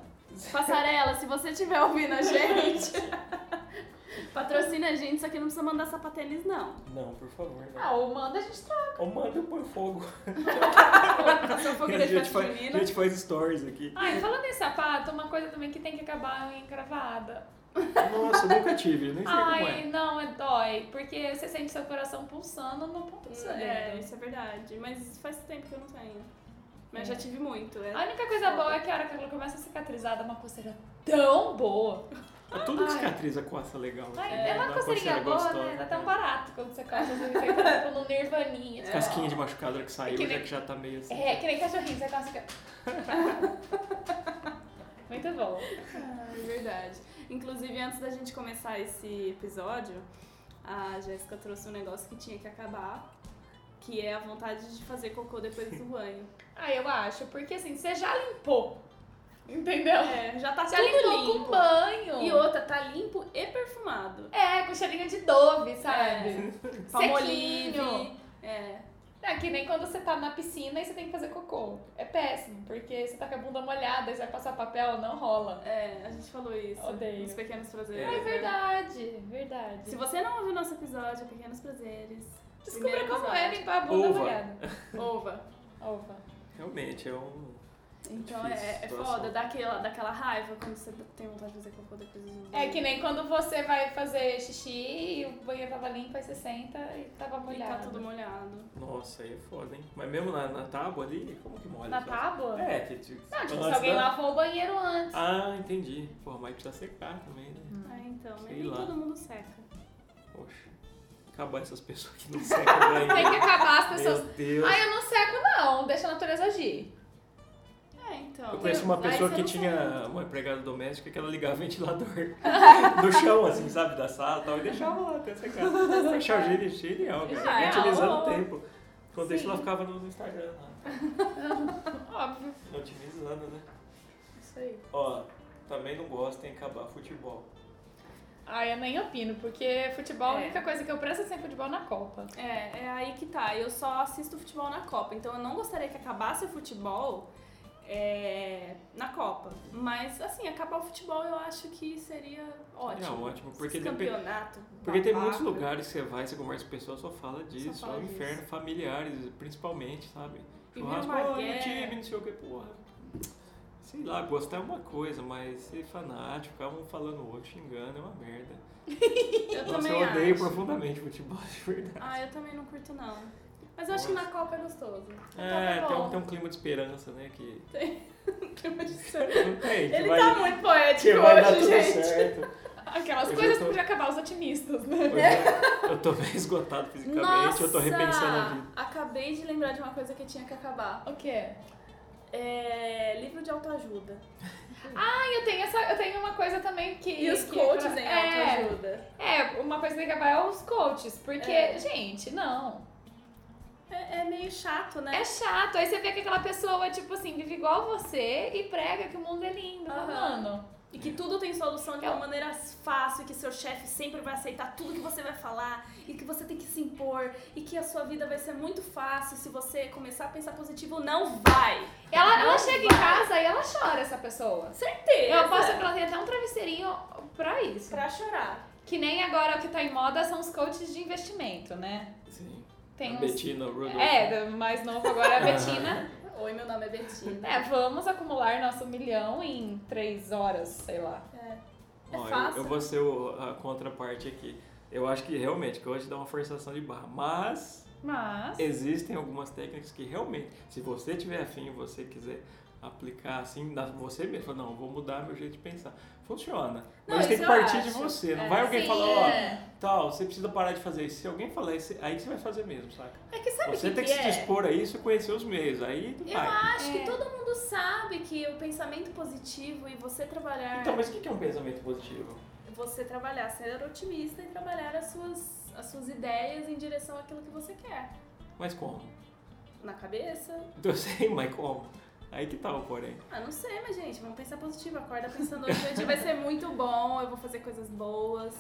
Passarela, se você estiver ouvindo a gente, patrocina a gente, só que não precisa mandar sapatênis, não.
Não, por favor. Não.
Ah, ou manda a gente troca.
Ou manda e põe fogo.
Só um pouco
a, gente
de
faz,
menina.
a gente faz stories aqui.
Ah, e falando em sapato, uma coisa também que tem que acabar é encravada.
Nossa, nunca tive, nem sei como
Ai,
é.
não, é dói. Porque você sente seu coração pulsando no ponto do seu
É,
dedo.
isso é verdade. Mas faz tempo que eu não tenho. Mas já tive muito. É.
A única coisa boa é que a hora que ela começa a cicatrizar, dá uma coceira tão boa.
É Tudo que cicatriza coça legal. assim,
Ai, é
dá
uma coceirinha boa, né? Dá tão barato quando você coça, assim, você tá tipo no nirvaninha. tipo,
É. Casquinha de machucada que saiu,
É que
já
nem-
que já tá meio assim.
É, que nem cachorrinho, você coça. que- Muito bom.
Ah, é verdade. Inclusive, antes da gente começar esse episódio, a Jéssica trouxe um negócio que tinha que acabar, que é a vontade de fazer cocô depois do banho.
Ah, eu acho, porque assim, você já limpou. Entendeu?
É, já tá
Já
tudo
limpou
limpo.
com banho.
E outra, tá limpo e perfumado.
É, com cheirinho de Dove, sabe?
Palmolive.
Sequinho.
É.
É que nem quando você tá na piscina e você tem que fazer cocô. É péssimo, porque você tá com a bunda molhada e você vai passar papel, não rola.
É, a gente falou isso.
Odeio.
Os pequenos prazeres.
É
né?
verdade, verdade.
Se você não ouviu nosso episódio, Pequenos Prazeres,
Descubra
primeiro
como é
episódio.
limpar a bunda
Ova.
molhada.
ova.
Ova.
Realmente, é um.
Então
Difícil
é, é
situação.
foda, dá aquela, dá aquela raiva quando você tem vontade de fazer cocô depois do
É que nem quando você vai fazer xixi e o banheiro tava limpo, aí você senta e tava
E
molhado.
tá tudo molhado.
Nossa, aí é foda, hein? Mas mesmo na, na tábua ali, como que molha?
Na
Só-
tábua?
É, que tipo.
Não, tipo,
antes
se alguém
da-
lavou o banheiro antes.
Ah, entendi. Pô, mas precisa secar também, né?
Hum.
Ah, então, mas
Sei
nem
lá.
todo mundo seca.
Poxa. Acabar essas pessoas que não secam bem. né?
Tem que acabar as pessoas.
Meu Deus.
Ah, eu não seco não, deixa a natureza agir.
É, então.
Eu conheço uma
Aí
pessoa
você
que
não
tinha uma empregada doméstica que ela ligava o ventilador no chão, assim, sabe, da sala e tal, e deixava lá até secar. Eu achava geni- genial,
Genial.
cara. Utilizando o tempo. Enquanto isso,
é, Sim.
ela ficava no no Instagram lá,
Óbvio.
otimizando, né?
Isso aí.
Ó, também não gosto, tem que acabar futebol.
Ah, eu nem opino, porque futebol, a
É.
única coisa que eu presto é ser futebol na Copa.
sabe. É, é aí que tá. Eu só assisto futebol na Copa. Então eu não gostaria que acabasse o futebol é, na Copa. Mas, assim, acabar o futebol eu acho que seria ótimo.
É ótimo, porque
Esses
depende-
campeonato.
Porque tem
babaca.
muitos lugares que você vai, você conversa com pessoas, só fala disso.
fala
é um
disso.
inferno, familiares, principalmente, sabe?
E
Churrasco,
vira uma
"Ah, meu
guerra."
time, não sei o que, porra. Sei lá, gostar é uma coisa, mas ser fanático, ficar um falando o outro, xingando, é uma merda.
Eu
Nossa,
também
eu odeio
acho.
profundamente futebol, de verdade.
Ah, eu também não curto, não. Mas eu acho que na Copa é gostoso.
É,
Então tá
tem
bom.
um, tem um clima de esperança, né? Que
Ele
não tem. que vai,
tá muito
que
poético
vai dar
hoje,
tudo
gente.
certo.
Aquelas
Eu
coisas
tô-
que podiam acabar os otimistas, né?
Hoje é. eu- eu tô bem esgotado fisicamente, eu tô repensando a vida.
Nossa! Acabei de lembrar de uma coisa que tinha que acabar.
O quê?
É, livro de autoajuda.
Ah, eu tenho, essa, eu tenho uma coisa também que.
E os
que
coaches em
é,
autoajuda.
É, uma coisa que tem que acabar é os coaches, porque,
É.
gente, não.
É, é meio chato, né?
É chato. Aí você vê que aquela pessoa, tipo assim, vive igual você e prega que o mundo é lindo,
Aham.
mano.
E que tudo tem solução de uma
É.
maneira fácil, e que seu chefe sempre vai aceitar tudo que você vai falar, e que você tem que se impor, e que a sua vida vai ser muito fácil se você começar a pensar positivo. Não vai!
Ela, ela
Não
chega em
vai.
casa e ela chora, essa pessoa.
Certeza!
Eu aposto que ela tem até um travesseirinho pra isso.
Pra chorar.
Que nem agora o que tá em moda são os coaches de investimento, né?
Sim.
Tem
a
uns.
Bettina Rudolph.
É, do mais novo agora é a Betina.
Oi, meu nome é Betina.
É, vamos acumular nosso milhão em três horas, sei lá.
É.
Ó,
É
eu-
fácil.
Eu, vou ser o- a contraparte aqui. Eu acho que realmente, que hoje dá uma forçação de barra. Mas
Mas.
É, existem algumas técnicas que realmente, se você tiver afim e você quiser aplicar assim, na- você mesmo, fala, não, vou mudar meu jeito de pensar. Funciona.
Não,
Mas tem
isso
que
eu
partir de
acho.
você. Não
É,
vai alguém
sim,
falar, ó,
é.
tal, você precisa parar de fazer isso. Se alguém falar isso, aí você vai fazer mesmo, saca?
É que sabe o
você
que,
tem que,
que
se
é?
dispor a isso e conhecer os meios. Aí tu
Eu
vai.
acho
É.
que todo mundo sabe que o pensamento positivo e você trabalhar.
Então, mas o que que é um pensamento positivo?
Você trabalhar, ser otimista e trabalhar as suas, as suas ideias em direção àquilo que você quer.
Mas como? Então,
Na cabeça.
Eu sei, mas como? Aí que tal, porém.
Ah, não sei, mas gente, vamos pensar positivo. Acorda pensando hoje, meu dia vai ser muito bom, eu vou fazer coisas boas.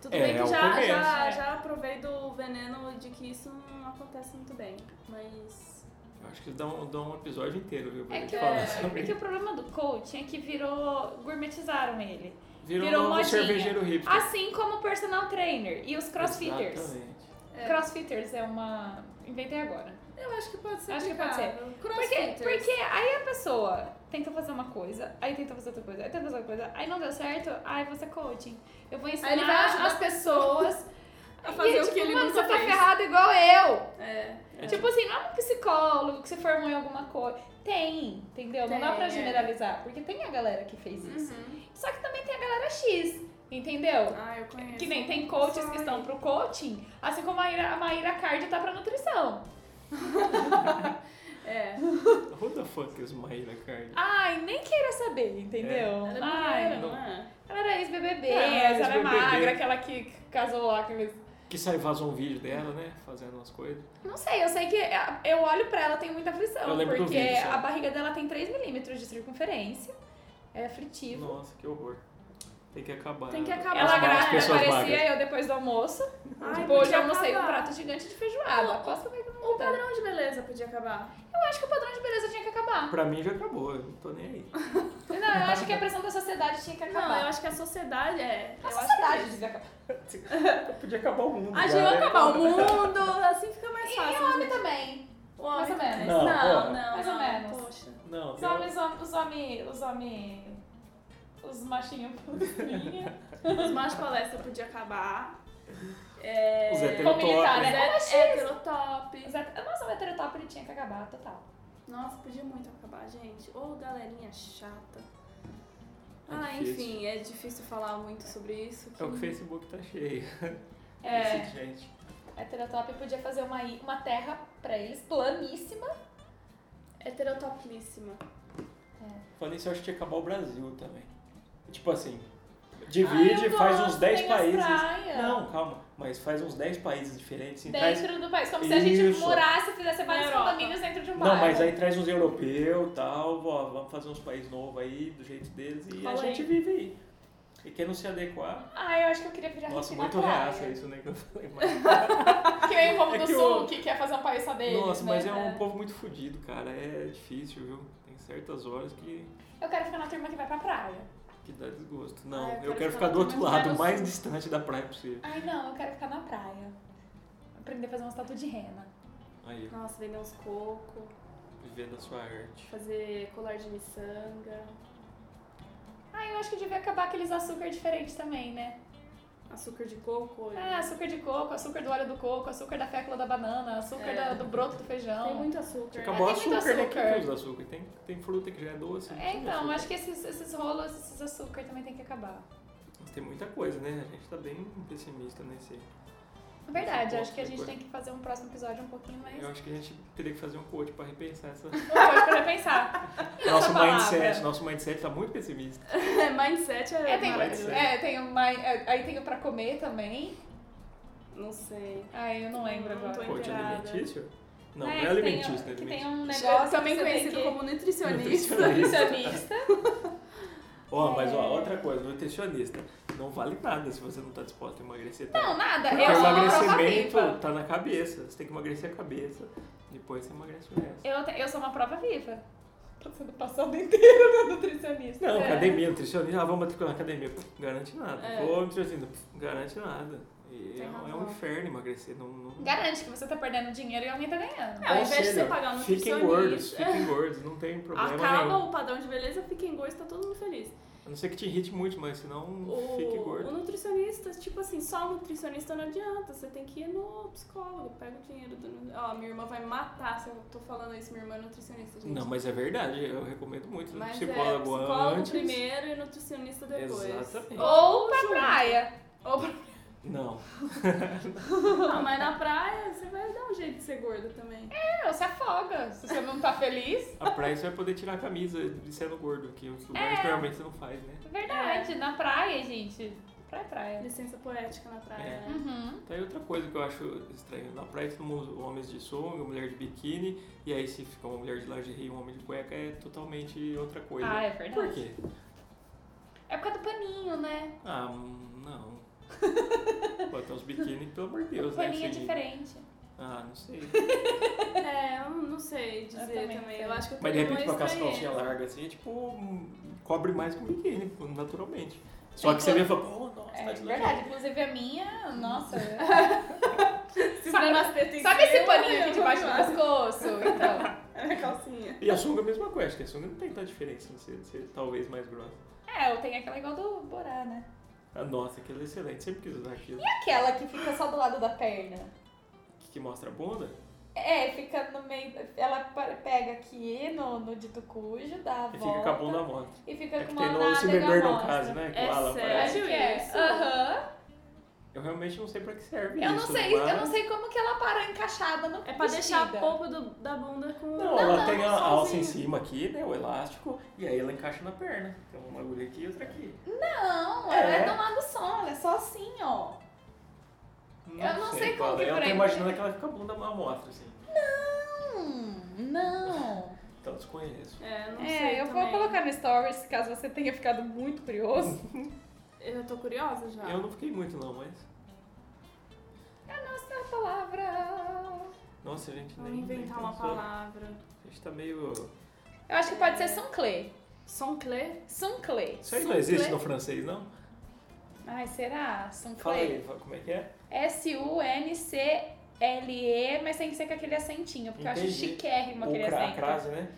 Tudo
É,
bem
é
que
o
já,
começo.
já,
É.
já provei do veneno de que isso não acontece muito bem. Mas.
Eu acho que dá um, dá um episódio inteiro, viu? pra
É
gente
que, o-
falar
é
sobre
que o problema do coach é que virou. gourmetizaram ele.
Virou,
virou
um novo
modinha.
cervejeiro hipster.
Assim como o personal trainer e os crossfitters.
Exatamente.
É.
Crossfitters é uma. Inventei agora.
Eu acho que pode ser.
Acho que pode ser.
aplicável.
Porque,
Crossfitters.
porque aí a pessoa tenta fazer uma coisa, aí tenta fazer outra coisa, aí tenta fazer outra coisa, aí não deu certo, aí você é coaching. Eu vou ensinar
ele vai ajudar
as
a
pessoas
A fazer
e,
o que ele
mano,
nunca
você tá
fez.
ferrado igual eu.
É.
Tipo assim, não é um psicólogo que se formou em alguma coisa. Tem, entendeu? não dá
Tem,
pra
é.
generalizar, porque tem a galera que fez isso.
Uhum.
Só que também tem a galera X, entendeu?
Ah, eu conheço.
Que nem tem coaches que estão pro coaching, assim como a Maíra, a Maíra Cardio tá pra nutrição.
É.
Who the fuck is Maíra Cardi?
Ai, nem queira saber, entendeu?
Ela é
Ai,
mineira, não é?
Ela era ex-BBB,
Ela era
essa era
ex-BBB.
magra, aquela que casou lá com eles.
Que saiu vazou um vídeo dela, né? Fazendo as coisas.
Não sei, eu sei que a- eu olho pra ela tem muita aflição,
Eu lembro do
porque
vídeo, só.
a barriga dela tem 3 milímetros de circunferência, é aflitivo.
Nossa, que horror. Tem que acabar.
Tem que
né?
acabar.
Ela
As ma- as
grávida
pessoas
aparecia
magras.
eu depois do almoço.
Ai,
tipo,
podia
hoje eu almocei com um
acabar.
prato gigante de feijoada. Posso comer que eu não
O
vou dar.
padrão de beleza podia acabar.
Eu acho que o padrão de beleza tinha que acabar.
Pra mim já acabou, eu não tô nem aí.
Não, eu acho que a pressão da sociedade tinha que acabar.
Não, eu acho que a sociedade é.
a
eu
sociedade
Acho que...
devia acabar.
Podia acabar o mundo.
A
já,
gente vai
né?
acabar o mundo, assim fica mais
E, e
fácil.
o homem
gente.
também.
O homem
Mais ou
também.
menos. Não,
Não,
pô.
não,
Mais ou
não,
menos.
Poxa.
Não,
Os
tem-
homens, os homens, os homens, os machinhos.
Os machos palestra podia acabar. É...
Os
Vamos
heterotop.
militar, né? Como
Os
X.
he- heterotop.
Exato. Nossa, o heterotop ele tinha que acabar, total.
Nossa, podia muito acabar, gente. Ô, galerinha chata.
É
ah,
difícil.
enfim, é difícil falar muito sobre isso.
É o que o Facebook tá cheio.
É.
Esse, gente.
Heterotop podia fazer uma, i- uma terra pra eles planíssima.
Heterotopíssima.
Falando isso, eu acho que tinha que acabar o Brasil também. Tipo assim, divide,
Ai, eu
faz
gosto,
uns 10
tem as
países.
praias.
Não, calma. Mas faz uns 10 países diferentes. Assim, traz...
Dentro do país. Como se a gente
Isso.
morasse e fizesse vários
Na Europa.
condomínios dentro de um bairro.
Não, mas aí traz uns europeus e tal, ó, vamos fazer uns países novos aí, do jeito deles, e
Fala
a gente
aí.
vive aí. E quem não se adequar.
Ah, eu acho que eu queria virar
Nossa,
hippie na
muito
praia.
reaça isso, né? Que eu falei, mas...
Que nem o povo
É
do
que
sul,
o-
que quer fazer um país só deles,
Nossa,
né?
mas é um povo muito fudido, cara. É difícil, viu? Tem certas horas que,
Eu quero ficar na turma que vai pra praia.
que dá desgosto. Não,
Ah, eu
eu,
quero
quero
ficar
ficar do outro
mais
lado,
no
o mais
sul.
distante da praia possível.
Ai, não, eu quero ficar na praia. Aprender a fazer uma estátua de rena.
Aí, ó,
Nossa, vender uns coco,
vivendo a sua arte.
fazer colar de miçanga.
Ah, eu acho que devia acabar aqueles açúcar diferentes também, né?
Açúcar de coco, olha.
É, açúcar de coco, açúcar do óleo do coco, açúcar da fécula da banana, açúcar
É.
da- do broto do feijão.
Tem muito açúcar.
Acabou o
É, tem muito
açúcar, né? Quem
açúcar.
que usa açúcar? Tem, tem fruta que já é doce.
É, então, acho que esses, esses rolos, esses açúcar também tem que acabar.
que... Tem muita coisa, né? A gente tá bem pessimista nesse...
Na É verdade,
Eu
acho que a
gosto
gente
de
tem que fazer um próximo episódio um pouquinho mais.
Eu acho que a gente teria que fazer um coach pra repensar essa...
Hoje pra pensar. E
nosso
outra palavra?
mindset. Nosso mindset tá muito pessimista.
É, mindset é,
É, tem,
maravilhoso.
é, tem o mai- é, aí tem o pra comer também.
Não sei.
Aí eu não lembro
Não tô
agora.
Coach é
inteirada.
alimentício? Não,
É,
não é
que tem-
alimentício, né?
Que
alimentício.
tem um negócio
também
que você
conhecido
tem que-
como nutricionista.
Nutricionista.
nutricionista.
Ó, mas
É.
ó, outra coisa, nutricionista. Não vale nada se você não tá disposto a emagrecer também.
Não, nada.
Porque
eu
o
sou uma prova
emagrecimento
viva.
tá na cabeça. Você tem que emagrecer a cabeça, depois você emagrece o resto.
Eu, te- eu sou uma prova viva. Tô Tá sendo passada inteira na nutricionista.
Não,
É.
academia, nutricionista, ah, vamos matricular na academia. Pô, garante nada.
É.
Vou nutricionista, pô, garante nada. E
Tem
é, um- é um
razão.
inferno emagrecer. Não, não...
Garante que você tá perdendo dinheiro e alguém tá ganhando.
É, ao invés de
Conselho,
você pagar um
Fiquem gordos,
nutricionista.
fiquem gordos, não tem problema
Acaba
nenhum.
o padrão de beleza, fica em gosto, tá todo mundo feliz.
A não ser que te irrite muito, mas senão fique
O, o
gordo.
nutricionista, tipo assim, só o nutricionista não adianta. Você tem que ir no psicólogo, pega o dinheiro do. nu- Ó, minha irmã vai matar se eu tô falando isso, minha irmã é nutricionista, gente.
Não, mas é verdade, eu recomendo muito. né?
Mas é,
psicólogo,
psicólogo
antes.
primeiro e nutricionista depois.
Exatamente.
Ou pra
Junto.
praia.
Ou pra
Não.
Não, mas na praia você vai dar um jeito de ser gorda também.
Não, se afoga. Se você não tá feliz.
A praia você vai poder tirar a camisa de sendo gordo, que os
É.
lugares normalmente você não faz, né?
É verdade. Na praia, gente. Praia, é praia.
Licença poética na praia,
É.
né?
Uhum.
Tá aí outra coisa que eu acho estranho. Na praia todo mundo usa homens de sunga, mulher de biquíni, e aí se fica uma mulher de lingerie e um homem de cueca é totalmente outra coisa.
Ah, é verdade.
Por quê?
É por causa do paninho, né?
Ah, hum, não. Botar uns biquíni, pelo amor de
O
Deus,
Um
né?
paninho é
Assim,
diferente.
Ah, não sei.
É, eu não sei dizer
Eu também
também.
sei.
Eu acho que eu
Mas de
tenho
é
repente
uma
com aquelas
estranheza.
calcinhas largas assim, é tipo, hum, cobre mais com biquíni, tipo, naturalmente. Só
Então-
que você vê e fala, pô, nossa,
É
tá de
verdade.
lingerie.
Inclusive a minha, nossa.
Se
Sabe-
der nas tetas em
Sabe esse
cima,
paninho aqui
eu
debaixo do
vou
pescoço? Então.
É minha calcinha.
E a sunga é a mesma coisa, acho que a sunga não tem tanta diferença em ser, ser talvez mais grossa.
É, eu tenho aquela igual do Borá, né?
Ah, nossa, aquilo é excelente, sempre quis usar aquilo.
Aquela que fica só do lado da perna.
Que, que mostra a bunda?
É, fica no meio. Ela pa- pega aqui no, no dito cujo, dá a
E
volta.
fica com a bunda à mostra.
E fica
É
com
que
uma
tem no Se
nádega
Beber Não
mostra.
Case, né? Que
É
o Alan
sério?
aparece.
Acho que é.
Isso.
Aham.
Eu realmente não sei pra que serve
Eu não
isso.
sei, eu não
mas-
sei como que ela para encaixada no
É pra deixar
vestida.
a polpa do- da bunda com.
Não, ela
não,
tem a
sozinha.
alça em cima aqui, né? O elástico. E aí ela encaixa na perna. Tem uma agulha aqui e outra aqui.
Não, ela é
É.
do lado só, ela é só assim, ó. Eu não sei como
qual
que
é. Eu tô
prende.
imaginando que ela fica a bunda à mostra, assim.
Hum, não.
Então desconheço.
É, não sei.
É, eu vou
também.
colocar no stories, caso você tenha ficado muito curioso.
Eu tô curiosa já.
Eu não fiquei muito não, mas...
A nossa palavra.
Nossa, a gente nem...
Vamos
nem
inventar uma
pensou.
palavra.
A gente tá meio...
Eu acho que pode ser Sunclé.
Sonclé?
Sunclé.
Isso aí não
Soufflé.
existe no francês, não?
Ai, será? Sunclé.
Fala aí, fala como é que é?
S-U-N-C-L-E, mas tem que ser com aquele acentinho, porque eu acho
Entendi.
chiquérrimo
Ou
aquele
cra-
acento.
crase, né?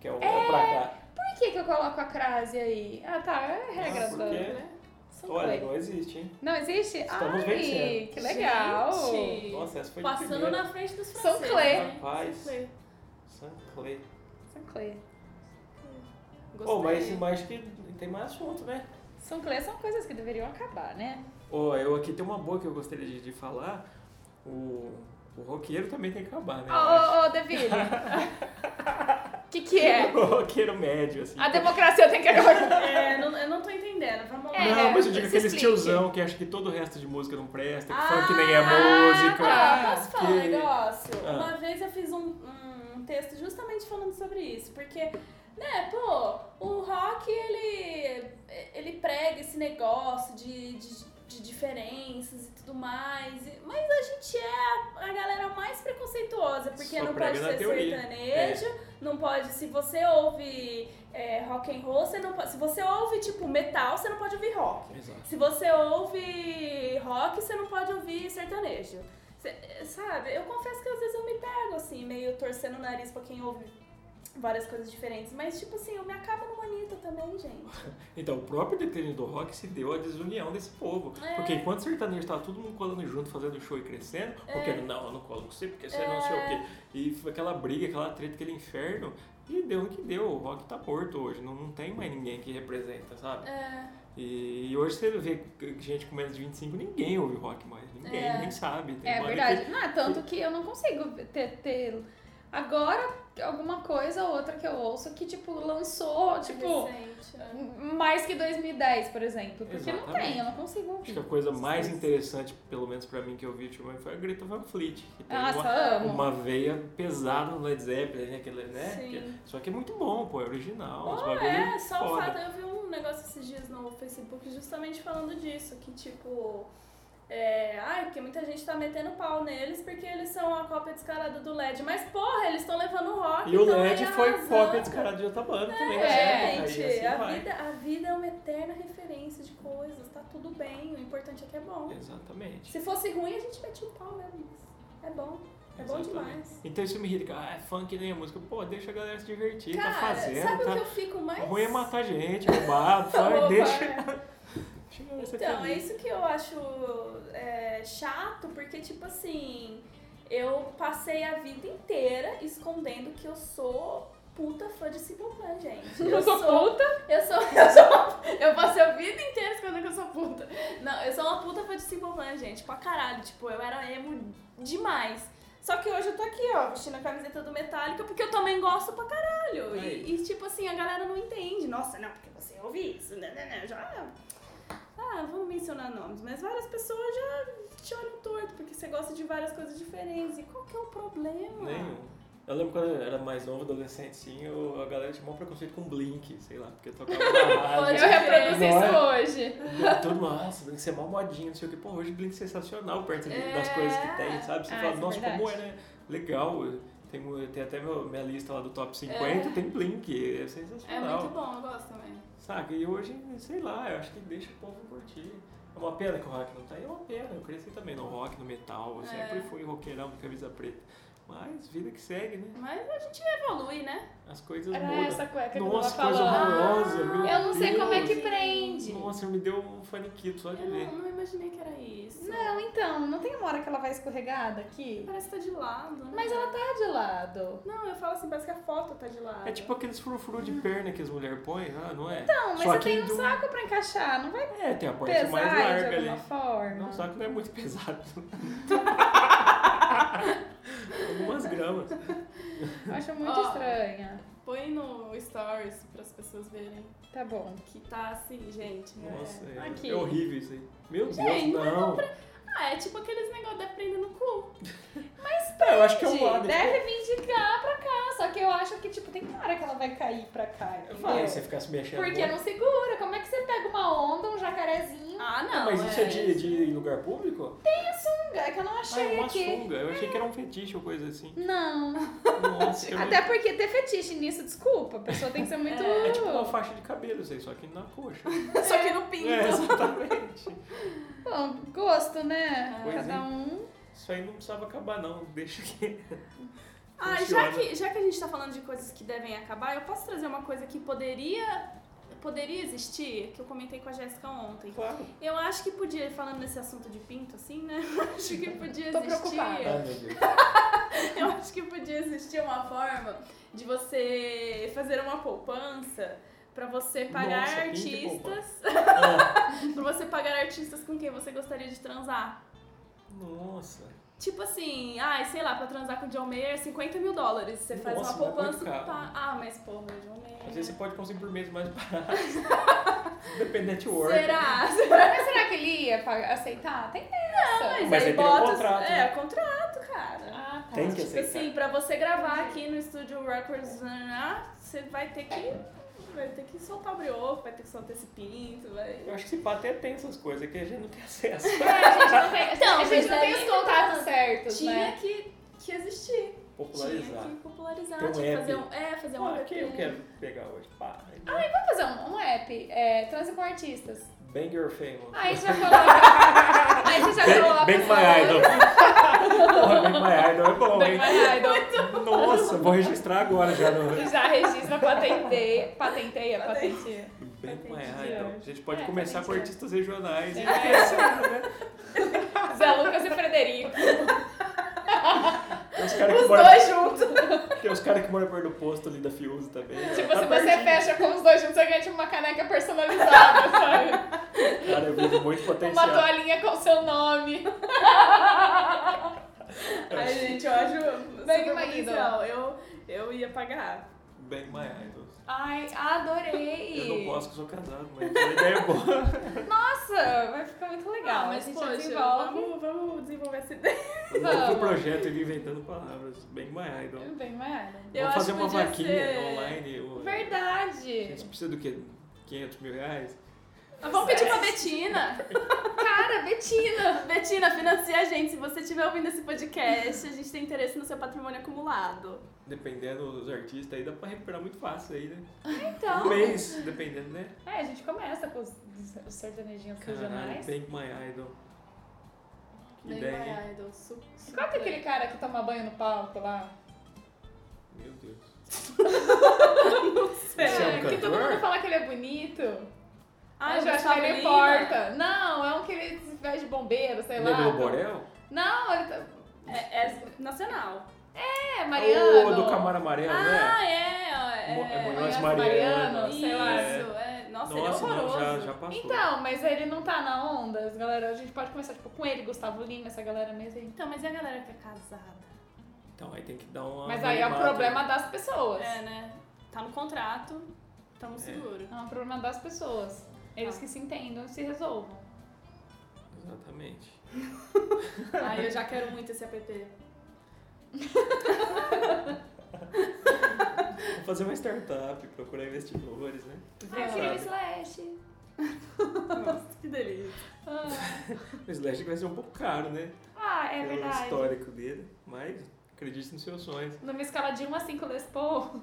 Que é o é... pra cá.
Por que, que eu coloco a crase aí? Ah, tá, é regra
Ah,
do.
porque-
São
Olha,
Clay.
não existe, hein?
Não existe?
Estamos
Ai,
vencendo.
que legal!
Gente.
Nossa, essa foi de
Passando
primeira.
na frente dos
Sonclé.
franceses. né?
Rapaz.
Sonclé.
Sanclay.
São Clay.
Gostei.
Oh, mas, mas que tem mais assunto, né?
São Clay são coisas que deveriam acabar, né?
Ó, eu aqui tem uma boa que eu gostaria de, de falar. O, o roqueiro também tem que acabar, né?
Ô,
Eu acho.
ô, ô, Deville! O Ah, que que é?
O roqueiro médio, assim.
A democracia tem que acabar.
É, não- eu não tô entendendo. Vamos lá.
É,
Não, mas eu digo
se
aqueles
explique.
tiozão que acha que todo o resto de música não presta, que
Ah,
funk nem é música.
tá.
Posso falar um
que-
negócio?
É, Ah.
Uma vez eu fiz um, um texto justamente falando sobre isso, porque, né, pô, o rock ele, ele prega esse negócio de, de, de diferenças e tudo mais, e- mas a gente é a, a galera mais preconceituosa, porque
Só
não
prega
pode
na
ser
teoria. É.
sertanejo, não pode, se você ouve é, rock and roll, você não pode, se você ouve, tipo, metal, você não pode ouvir rock.
Exato.
Se você ouve rock, você não pode ouvir sertanejo. Cê- sabe? Eu confesso que às vezes eu me pego assim, meio torcendo o nariz pra quem ouve várias coisas diferentes. Mas, tipo assim, eu me acabo no Anitta também, gente.
Então, o próprio declínio do rock se deu à desunião desse povo.
É.
Porque enquanto o sertanejo estava todo mundo colando junto, fazendo show e crescendo, porque não, eu não colo com você, porque você não sei o quê. E foi aquela briga, aquela treta, aquele inferno. E deu o que deu, o rock tá morto hoje, não, não tem mais ninguém que representa, sabe?
É,
E, e hoje você vê gente com menos de 25, ninguém ouve rock mais, ninguém,
É.
nem sabe. Tem
É
banda
verdade. Não, é tanto que eu não consigo ter, ter- Agora, alguma coisa ou outra que eu ouço que, tipo, lançou, tipo,
recente, né?
mais que 2010, por exemplo. Porque não
Exatamente.
tem, eu não consigo
Que, acho que
ouvir.
a coisa mais interessante, pelo menos pra mim, que eu vi ultimamente foi a Greta Van Fleet. Que tem
Nossa,
uma,
amo.
uma veia pesada no Led Zeppelin, né? Aquele, né?
Sim.
Que- só que é muito bom, pô, é original. os
Não,
bagulho
é, só o
foda.
fato. Eu vi um negócio esses dias no Facebook justamente falando disso, que tipo. É, ai, porque muita gente tá metendo pau neles porque eles são a cópia descarada do LED. Mas porra, eles estão levando o rock.
E o
então
LED
ele
foi
arrasando.
cópia descarada de outra banda também. na
É,
época,
gente,
e assim
a,
vai.
vida, a vida é uma eterna referência de coisas, tá tudo bem, o importante é que é bom.
Exatamente.
Se fosse ruim, a gente metia o pau mesmo. É bom, é bom
Exatamente.
demais.
Então isso me irrita, ah, é funk nem a música. Pô, deixa a galera se divertir,
Cara,
tá fazendo,
sabe
tá...
o que eu fico mais.
Ruim é matar gente, roubar,
Opa,
fala, deixa...
é.
deixa a galera ser
Então, é
feliz.
isso que eu acho é, chato, porque, tipo assim, eu passei a vida inteira escondendo que eu sou puta fã de Simple Plan, gente.
Eu sou puta?
Eu sou, eu sou uma- eu passei a vida inteira escondendo que eu sou puta. Não, eu sou uma puta fã de Simple Plan, gente, pra caralho. Tipo, eu era emo demais. Só que hoje eu tô aqui, ó, vestindo a camiseta do Metallica, porque eu também gosto pra caralho.
Aí.
E, e, tipo assim, a galera não entende. Nossa, não, porque você ouve isso, né, né, né, já... Ah, vamos mencionar nomes, mas várias pessoas já te olham torto, porque você gosta de várias coisas diferentes. E qual que é o problema?
Nenhum. Eu lembro quando eu era mais novo, adolescente, sim, eu- a galera tinha um preconceito com Blink, sei lá, porque eu tocava na
Eu
rádio.
reproduzi isso
Agora-
hoje.
Todo mundo, nossa, Blink, você é mal modinho, não sei o que. Pô, hoje Blink é sensacional perto de-
É.
das coisas que tem, sabe? Você
Ah,
fala,
isso é
nossa, como é,
verdade.
né? Legal. Tem, mu- tem até meu- minha lista lá do top 50,
É.
tem Blink, é
É
sensacional.
muito bom, eu gosto também.
Saca? E hoje, sei lá, eu acho que deixa o povo curtir. É uma pena que o rock não tá aí, é uma pena. Eu cresci também no rock, no metal, eu
É.
sempre fui roqueirão de camisa preta. Mas vida que segue, né?
Mas a gente evolui, né?
As coisas
Era
mudam.
essa cueca que eu tava
Nossa, que coisa
falando.
horrorosa, meu
Eu não sei como é que
Deus.
prende.
Nossa, me deu um faniquito É só de
Eu
ver.
não, não imaginei que era isso.
Não, então, não tem uma hora que ela vai escorregada aqui?
Parece que tá de lado. né?
Mas ela tá de lado.
Não, eu falo assim, parece que a foto tá de lado.
É tipo aqueles frufru
Hum.
de perna que as mulheres põem, ah, não é?
Não, mas
Só
você
que
tem um
de um-
saco pra encaixar, não vai
É, tem a parte
pesar
mais
de
larga ali.
alguma forma.
Não, o saco não é muito pesado. Algumas gramas.
Eu acho muito
Ó.
estranha.
Põe no stories pras pessoas verem
Tá bom.
que tá assim, gente. né?
Nossa, é,
Aqui.
é horrível isso aí. Meu
Gente,
Deus,
mas
não.
Ah, é tipo aqueles negócios da prenda no cu.
É, eu acho que é um
Gente,
lado.
Deve vir de cá pra cá, só que eu acho que, tipo, tem hora que ela vai cair pra cá,
Eu
entendeu?
falei, se você ficasse mexendo.
Porque
muito.
não segura. Como é que você pega uma onda, um jacarezinho?
Ah, não.
Mas isso é de, de lugar público?
Tem a sunga, é que eu não
Ah, é
achei
uma
aqui.
sunga. Eu achei que era um fetiche ou coisa assim.
Não.
Nossa, eu-
Até porque ter fetiche nisso, desculpa. A pessoa tem que ser muito...
É.
É tipo uma faixa de cabelo, sei, só que na coxa.
Só que no pinto.
É, exatamente.
Bom, gosto, né?
Pois é.
Cada um.
Isso aí não precisava acabar, não. Deixa que.
Ah, já
Funciona.
que, já que a gente tá falando de coisas que devem acabar, eu posso trazer uma coisa que poderia, poderia existir, que eu comentei com a Jéssica ontem.
Claro.
Eu acho que podia, falando nesse assunto de pinto, assim, né? acho que podia
Tô
existir.
preocupada.
Ah, meu Deus.
Eu acho que podia existir uma forma de você fazer uma poupança pra você pagar
Nossa, pinto e
artistas.
Ah,
pra você pagar artistas com quem você gostaria de transar.
nossa.
Tipo assim, ai, sei lá, pra transar com o John Mayer, 50 mil dólares. Você faz
Nossa,
uma
mas é muito
poupança
caro.
pra... Ah, mas porra, o John
Às vezes
Mayer.
você pode conseguir por mês mais barato. Depende da network.
Será?
né?
Mas será que ele ia pa- aceitar? Tem essa.
Mas,
Mas
aí
aí tem um
bota.
contrato,
é,
né?
o contrato, cara.
Ah, tá.
Tem que
Tipo
aceitar.
assim, pra você gravar aqui no estúdio Records, ah, você vai ter que. Vai ter que soltar o brioco, vai ter que soltar esse pinto, vai.
Eu acho que esse pato até tem essas coisas que a gente não tem acesso.
É, a gente não tem,
Então,
a gente não
mas
tem
aí-
os contatos certos,
Tinha
né?
que, que existir.
Popularizar.
Tinha que popularizar,
Tem um
tinha que
app.
fazer um. É, fazer um
Ah,
app.
quem eu quero pegar hoje? né? Pá.
Ai, vamos fazer um, um app, é, transe com artistas.
Bang your famous.
Aí você já coloca. aí você já coloca.
Bang my idol. Porra, Bang my idol é bom,
Bang
hein?
my idol.
Nossa, Nossa, vou registrar agora já no.
Já registra, patenteia, patenteia, patenteia.
Bem
Patente
mais,
de
então. A
arte.
gente pode
É,
começar
patente
com
de
artistas regionais.
É.
porque esse é, né?
Zé Lucas e Frederico,
Tem os caras que
os
moram
dois juntos.
tem uns cara que mora perto do posto ali da Fiuza também.
Tipo,
Tá
se você
pertinho.
fecha com os dois juntos, você ganha tipo, uma caneca personalizada, sabe?
Cara, eu vejo muito
Uma
potencial.
toalhinha com seu nome.
Ai, gente, eu acho
Bem
super
marido.
potencial. Eu, eu ia pagar.
Bem mais, então.
Ai, adorei.
Eu não posso que eu sou casado, mas a ideia é boa.
Nossa, vai ficar muito legal.
Ah,
a
mas
gente
poxa,
desenvolve.
Vamos, vamos desenvolver essa ideia.
Vamos pro
Vamos.
projeto ele inventando palavras. Bem mais, então.
Bem, Mayara.
Eu
Vamos
acho
fazer
que
uma
podia
vaquinha
ser-
online. o- A gente
Verdade.
precisa do quê? 500 mil reais?
Ah, Vamos pedir pra Betina.
Cara, Betina.
Betina, financia a gente. Se você estiver ouvindo esse podcast, a gente tem interesse no seu patrimônio acumulado.
Dependendo dos artistas aí, dá pra recuperar muito fácil aí, né?
Então.
Um mês, dependendo, né?
É, a gente começa com os, os sertanejinhos regionais.
Bang My Idol. então. Que ideia, hein?
Idol, su-
Qual que é
super.
aquele cara que toma banho no palco lá?
Meu Deus.
É,
Esse é um
que todo
cantor?
mundo fala que ele é bonito.
Ah,
Mas eu acho que ele
Gustavo
é
Lima.
porta. Não, é um que ele se veste de bombeiro, sei lá.
Levou o Borel?
Não, ele tá...
É, é nacional.
É, Mariano.
O do Camaro Amarelo, né?
Ah, é. ó,
Mo- é
É,
Munhoz
Munhoz
Mariano.
Mariano, sei lá.
Isso, é.
Nossa,
Nossa, ele é
não,
horroroso.
já, já passou.
Então, mas ele não tá na onda, galera. A gente pode começar tipo, com ele, Gustavo Lima, essa galera mesmo. aí.
Então, mas e a galera que é casada?
Então, aí tem que dar uma.
Mas aí é o
animada.
problema das pessoas.
É, né? Tá no contrato, tá no seguro.
É um problema das pessoas. Eles que se entendam e se resolvam.
Exatamente.
Ai, eu já quero muito esse app.
Vou fazer uma startup, procurar investidores, né?
Ai,
queria
queria
um
um slash.
Nossa, que delícia.
O Slash vai ser um pouco caro, né?
Ah, é
Pelo
verdade.
histórico dele. Mas acredite nos seus sonhos.
Numa escala de 1 a 5 Les Paul.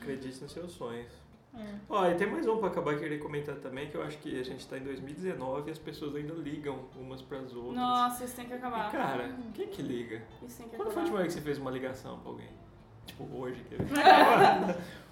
Acredite nos seus sonhos.
Uhum. Hum.
Ó, e tem mais um pra acabar que eu queria comentar também, que eu acho que a gente tá em 2019 e as pessoas ainda ligam umas pras outras.
Nossa, isso tem que
E,
acabar.
cara,
Uhum.
quem que liga?
Isso tem que
Quando
acabar.
foi a última vez que você fez uma ligação pra alguém? Tipo, hoje, quer ver?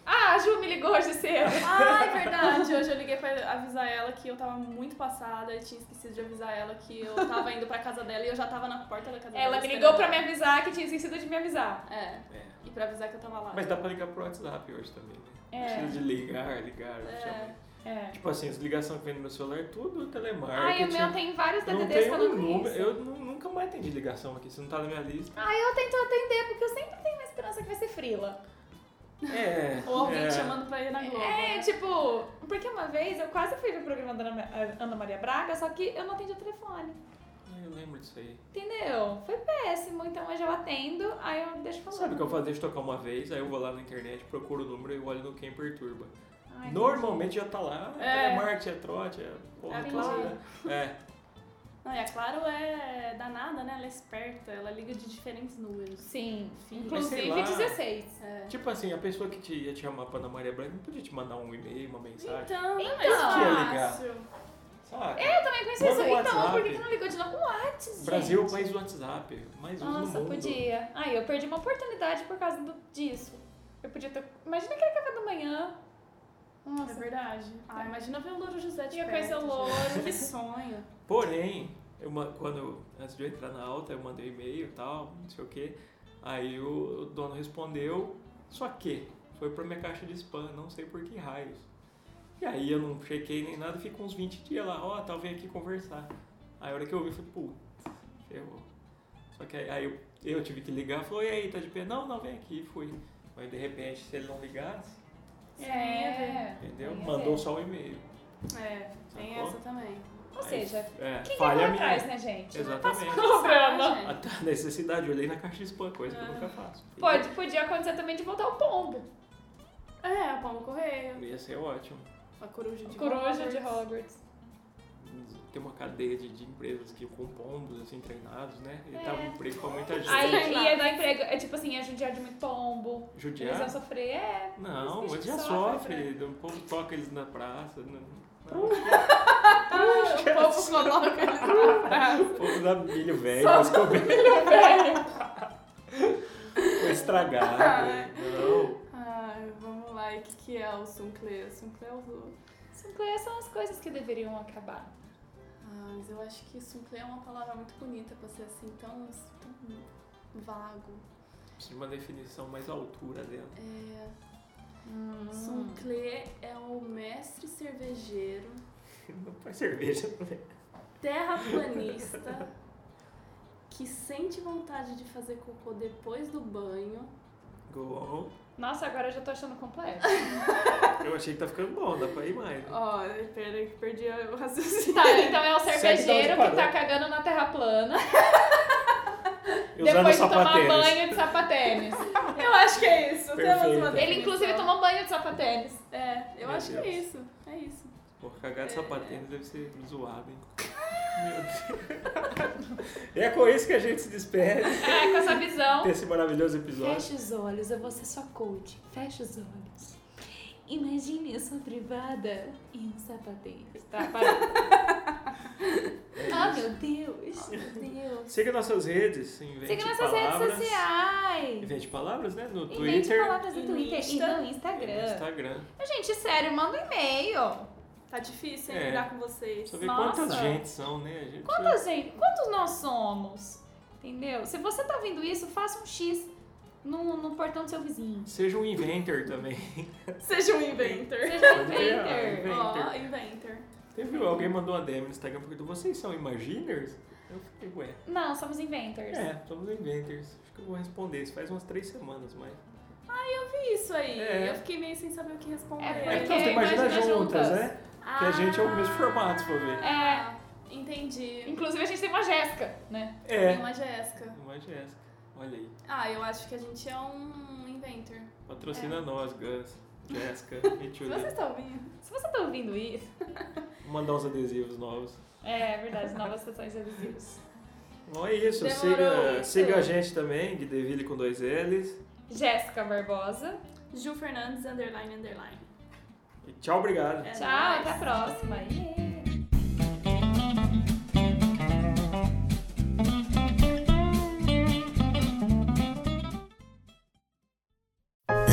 Ah, a Ju me ligou hoje cedo.
Ah, é verdade. Hoje eu liguei pra avisar ela que eu tava muito passada e tinha esquecido de avisar ela que eu tava indo pra casa dela e eu já tava na porta da casa dela.
Ela me ligou pra me
esperando.
avisar que tinha esquecido de me avisar.
É,
É.
e pra avisar que eu tava lá.
Mas dá pra ligar pro WhatsApp hoje também, né? Não
É.
Precisa de ligar, ligar,
É.
oficialmente.
É.
Tipo assim, as ligações que vem no meu celular, tudo telemarketing.
Ai, o meu tem vários
Eu não
DDDs que eu
tenho
não
número,
conheço.
eu nu- nunca mais atendi ligação aqui, se não tá na minha lista.
Ai, eu tento atender, porque eu sempre tenho uma esperança que vai ser frila.
É.
Ou alguém
é.
te chamando pra ir na Globo.
É,
né?
tipo, porque uma vez eu quase fui pro programa da Ana eh, Ana Maria Braga, só que eu não atendi o telefone.
Ai, Eu lembro disso aí.
Entendeu? Foi péssimo, então hoje eu atendo, aí eu deixo falando.
Sabe o que eu faço? Deixa eu tocar uma vez, aí eu vou lá na internet, procuro o número e olho no quem perturba.
Ai,
Normalmente já tá lá, é
É.
telemarketing, é trote, é porra
É
toda,
claro.
né? É,
Não, e a Claro é danada, né? Ela é esperta, ela liga de diferentes números.
Sim,
Sim,
mas sei lá.
inclusive 16.
É.
tipo assim, a pessoa que te, ia te chamar pra Ana Maria Branca não podia te mandar um e-mail, uma mensagem,
Então, não é mais
Então.
Que é ligar?
fácil.
sabe?
É, eu também conheci
Manda
isso.
um
Então,
WhatsApp.
por que que não ligou de novo? Um WhatsApp,
Brasil,
gente.
país do WhatsApp, mais um no
Nossa,
mundo.
podia. Ai, eu perdi uma oportunidade por causa do- disso. Eu podia ter... Imagina aquele café da manhã.
É
Nossa,
verdade. Ah, imagina ver o Louro José de
Ia
perto,
conhecer o
gente.
Louro.
Que sonho.
Porém, eu ma- quando, antes de eu entrar na alta, eu mandei e-mail e tal, não sei o que. Aí o, o dono respondeu, só que foi pra minha caixa de spam, não sei por que raios. E aí eu não chequei nem nada, fico uns 20 dias lá, ó, tal, vem aqui conversar. Aí a hora que eu ouvi, eu falei, putz, ferrou. Só que aí, aí eu, eu tive que ligar, falou, e aí, tá de pé? Não, não, vem aqui, fui. Mas de repente, se ele não ligasse,
É.
entendeu?
Tem a
Mandou
ver.
só o e-mail.
É, tem
Sacou?
essa também.
Ou seja,
é,
quem
falha
vai
minha.
atrás, né, gente?
Exatamente.
Programa.
Ah, Gente.
Até a necessidade, eu olhei na caixa de spam, é coisa que eu
Ah.
nunca faço.
Pode, podia acontecer também de voltar o pombo.
É, o Pombo Correio,
Ia ser ótimo.
a Coruja de
Coruja
Roberts.
de Hogwarts.
Tem uma cadeia de, de empresas que com pombos, assim, treinados, né? E
É.
dava emprego pra muita gente.
Aí
Sei lá.
ia dar emprego. É tipo assim, ia judiar de muito pombo. Eles iam
Judiar?
sofrer, é.
Não,
Os bichos
eles já
sofrem, né?
sofre. O povo toca eles na praça. Não,
O povo coloca eles na praça.
O povo dá milho velho, mas comer.
É.
estragado. Não.
Ai, vamos lá. E o que, que é o Sunclê? O Sunclê é o.
Sinclair são as coisas que deveriam acabar.
Ah, mas eu acho que Sunclê é uma palavra muito bonita pra ser assim, tão, tão vago.
Precisa de uma definição mais à altura dela.
É. Hum. Sunclê é o mestre cervejeiro,
Não faz cerveja, né?
terraplanista, que sente vontade de fazer cocô depois do banho.
Go on.
Nossa, agora eu já tô achando completo.
Eu achei que tá ficando bom, dá pra ir mais. né?
Ó, pera que perdi o raciocínio.
Tá, então é o
Segue
cervejeiro
pra onde
que tá cagando na terra plana
E usando assim.
depois de tomar
sapatênis.
banho de sapatênis.
Eu acho que é isso. Temos
Perfeito.
uma
Ele inclusive
definição.
toma banho de sapatênis.
É, eu
Meu
acho que é
Deus.
isso. É isso.
Pô,
É.
cagar de sapatênis deve ser zoado, hein? Meu Deus. é com isso que a gente se despede
É, com essa visão.
desse maravilhoso episódio.
Feche os olhos, eu vou ser sua coach. Feche os olhos. Imagine a sua privada e um sapatênis. Tá, para. Ah, meu Deus. Meu Deus.
Siga nossas redes, invente
Siga nossas redes
palavras.
sociais.
Invente palavras, né? No
Invente
Twitter
palavras no
no
Twitter
Insta,
e no
e
Instagram.
no Instagram.
Gente, sério, manda um e-mail.
Tá difícil, hein,
É.
lidar com vocês.
Só ver
Nossa.
quantas gente são, né? A gente
Quanta gente, quantos nós somos? Entendeu? Se você tá vendo isso, faça um X no, no portão do seu vizinho.
Seja um inventor também.
Seja um inventor.
Seja um
Pode criar,
hater.
Ó,
inventor.
inventor.
Teve alguém mandou uma DM no Instagram perguntou, vocês são imaginers? Eu fiquei, ué.
Não, somos inventors.
É, somos inventors. Acho que eu vou responder isso. Faz umas três semanas, mas...
Ai, eu vi isso aí.
É.
Eu fiquei meio sem saber o que responder.
É,
É
porque-
que nós temos
Imagina
Imagina Juntas,
Juntas.
né?
Ah.
Que a gente é o mesmo formato, se for ver.
É,
Entendi.
Inclusive a gente tem uma Jéssica, né?
Tem
É.
uma Jéssica.
Uma Jéssica. Olha aí.
Ah, eu acho que a gente é um inventor.
Patrocina nós, Gus. Jéssica,
Se
Mitchell.
vocês estão ouvindo.
Se você tá ouvindo isso.
Vou mandar uns adesivos novos.
É, é verdade, novas sessões adesivos.
Bom, é isso.
Demorou
Siga,
isso.
siga a gente também, Guideville com dois L's.
Jéssica Barbosa.
Ju Fernandes, underline, underline.
E tchau, obrigado.
É
Tchau,
nóis.
até a próxima. Yeah.
The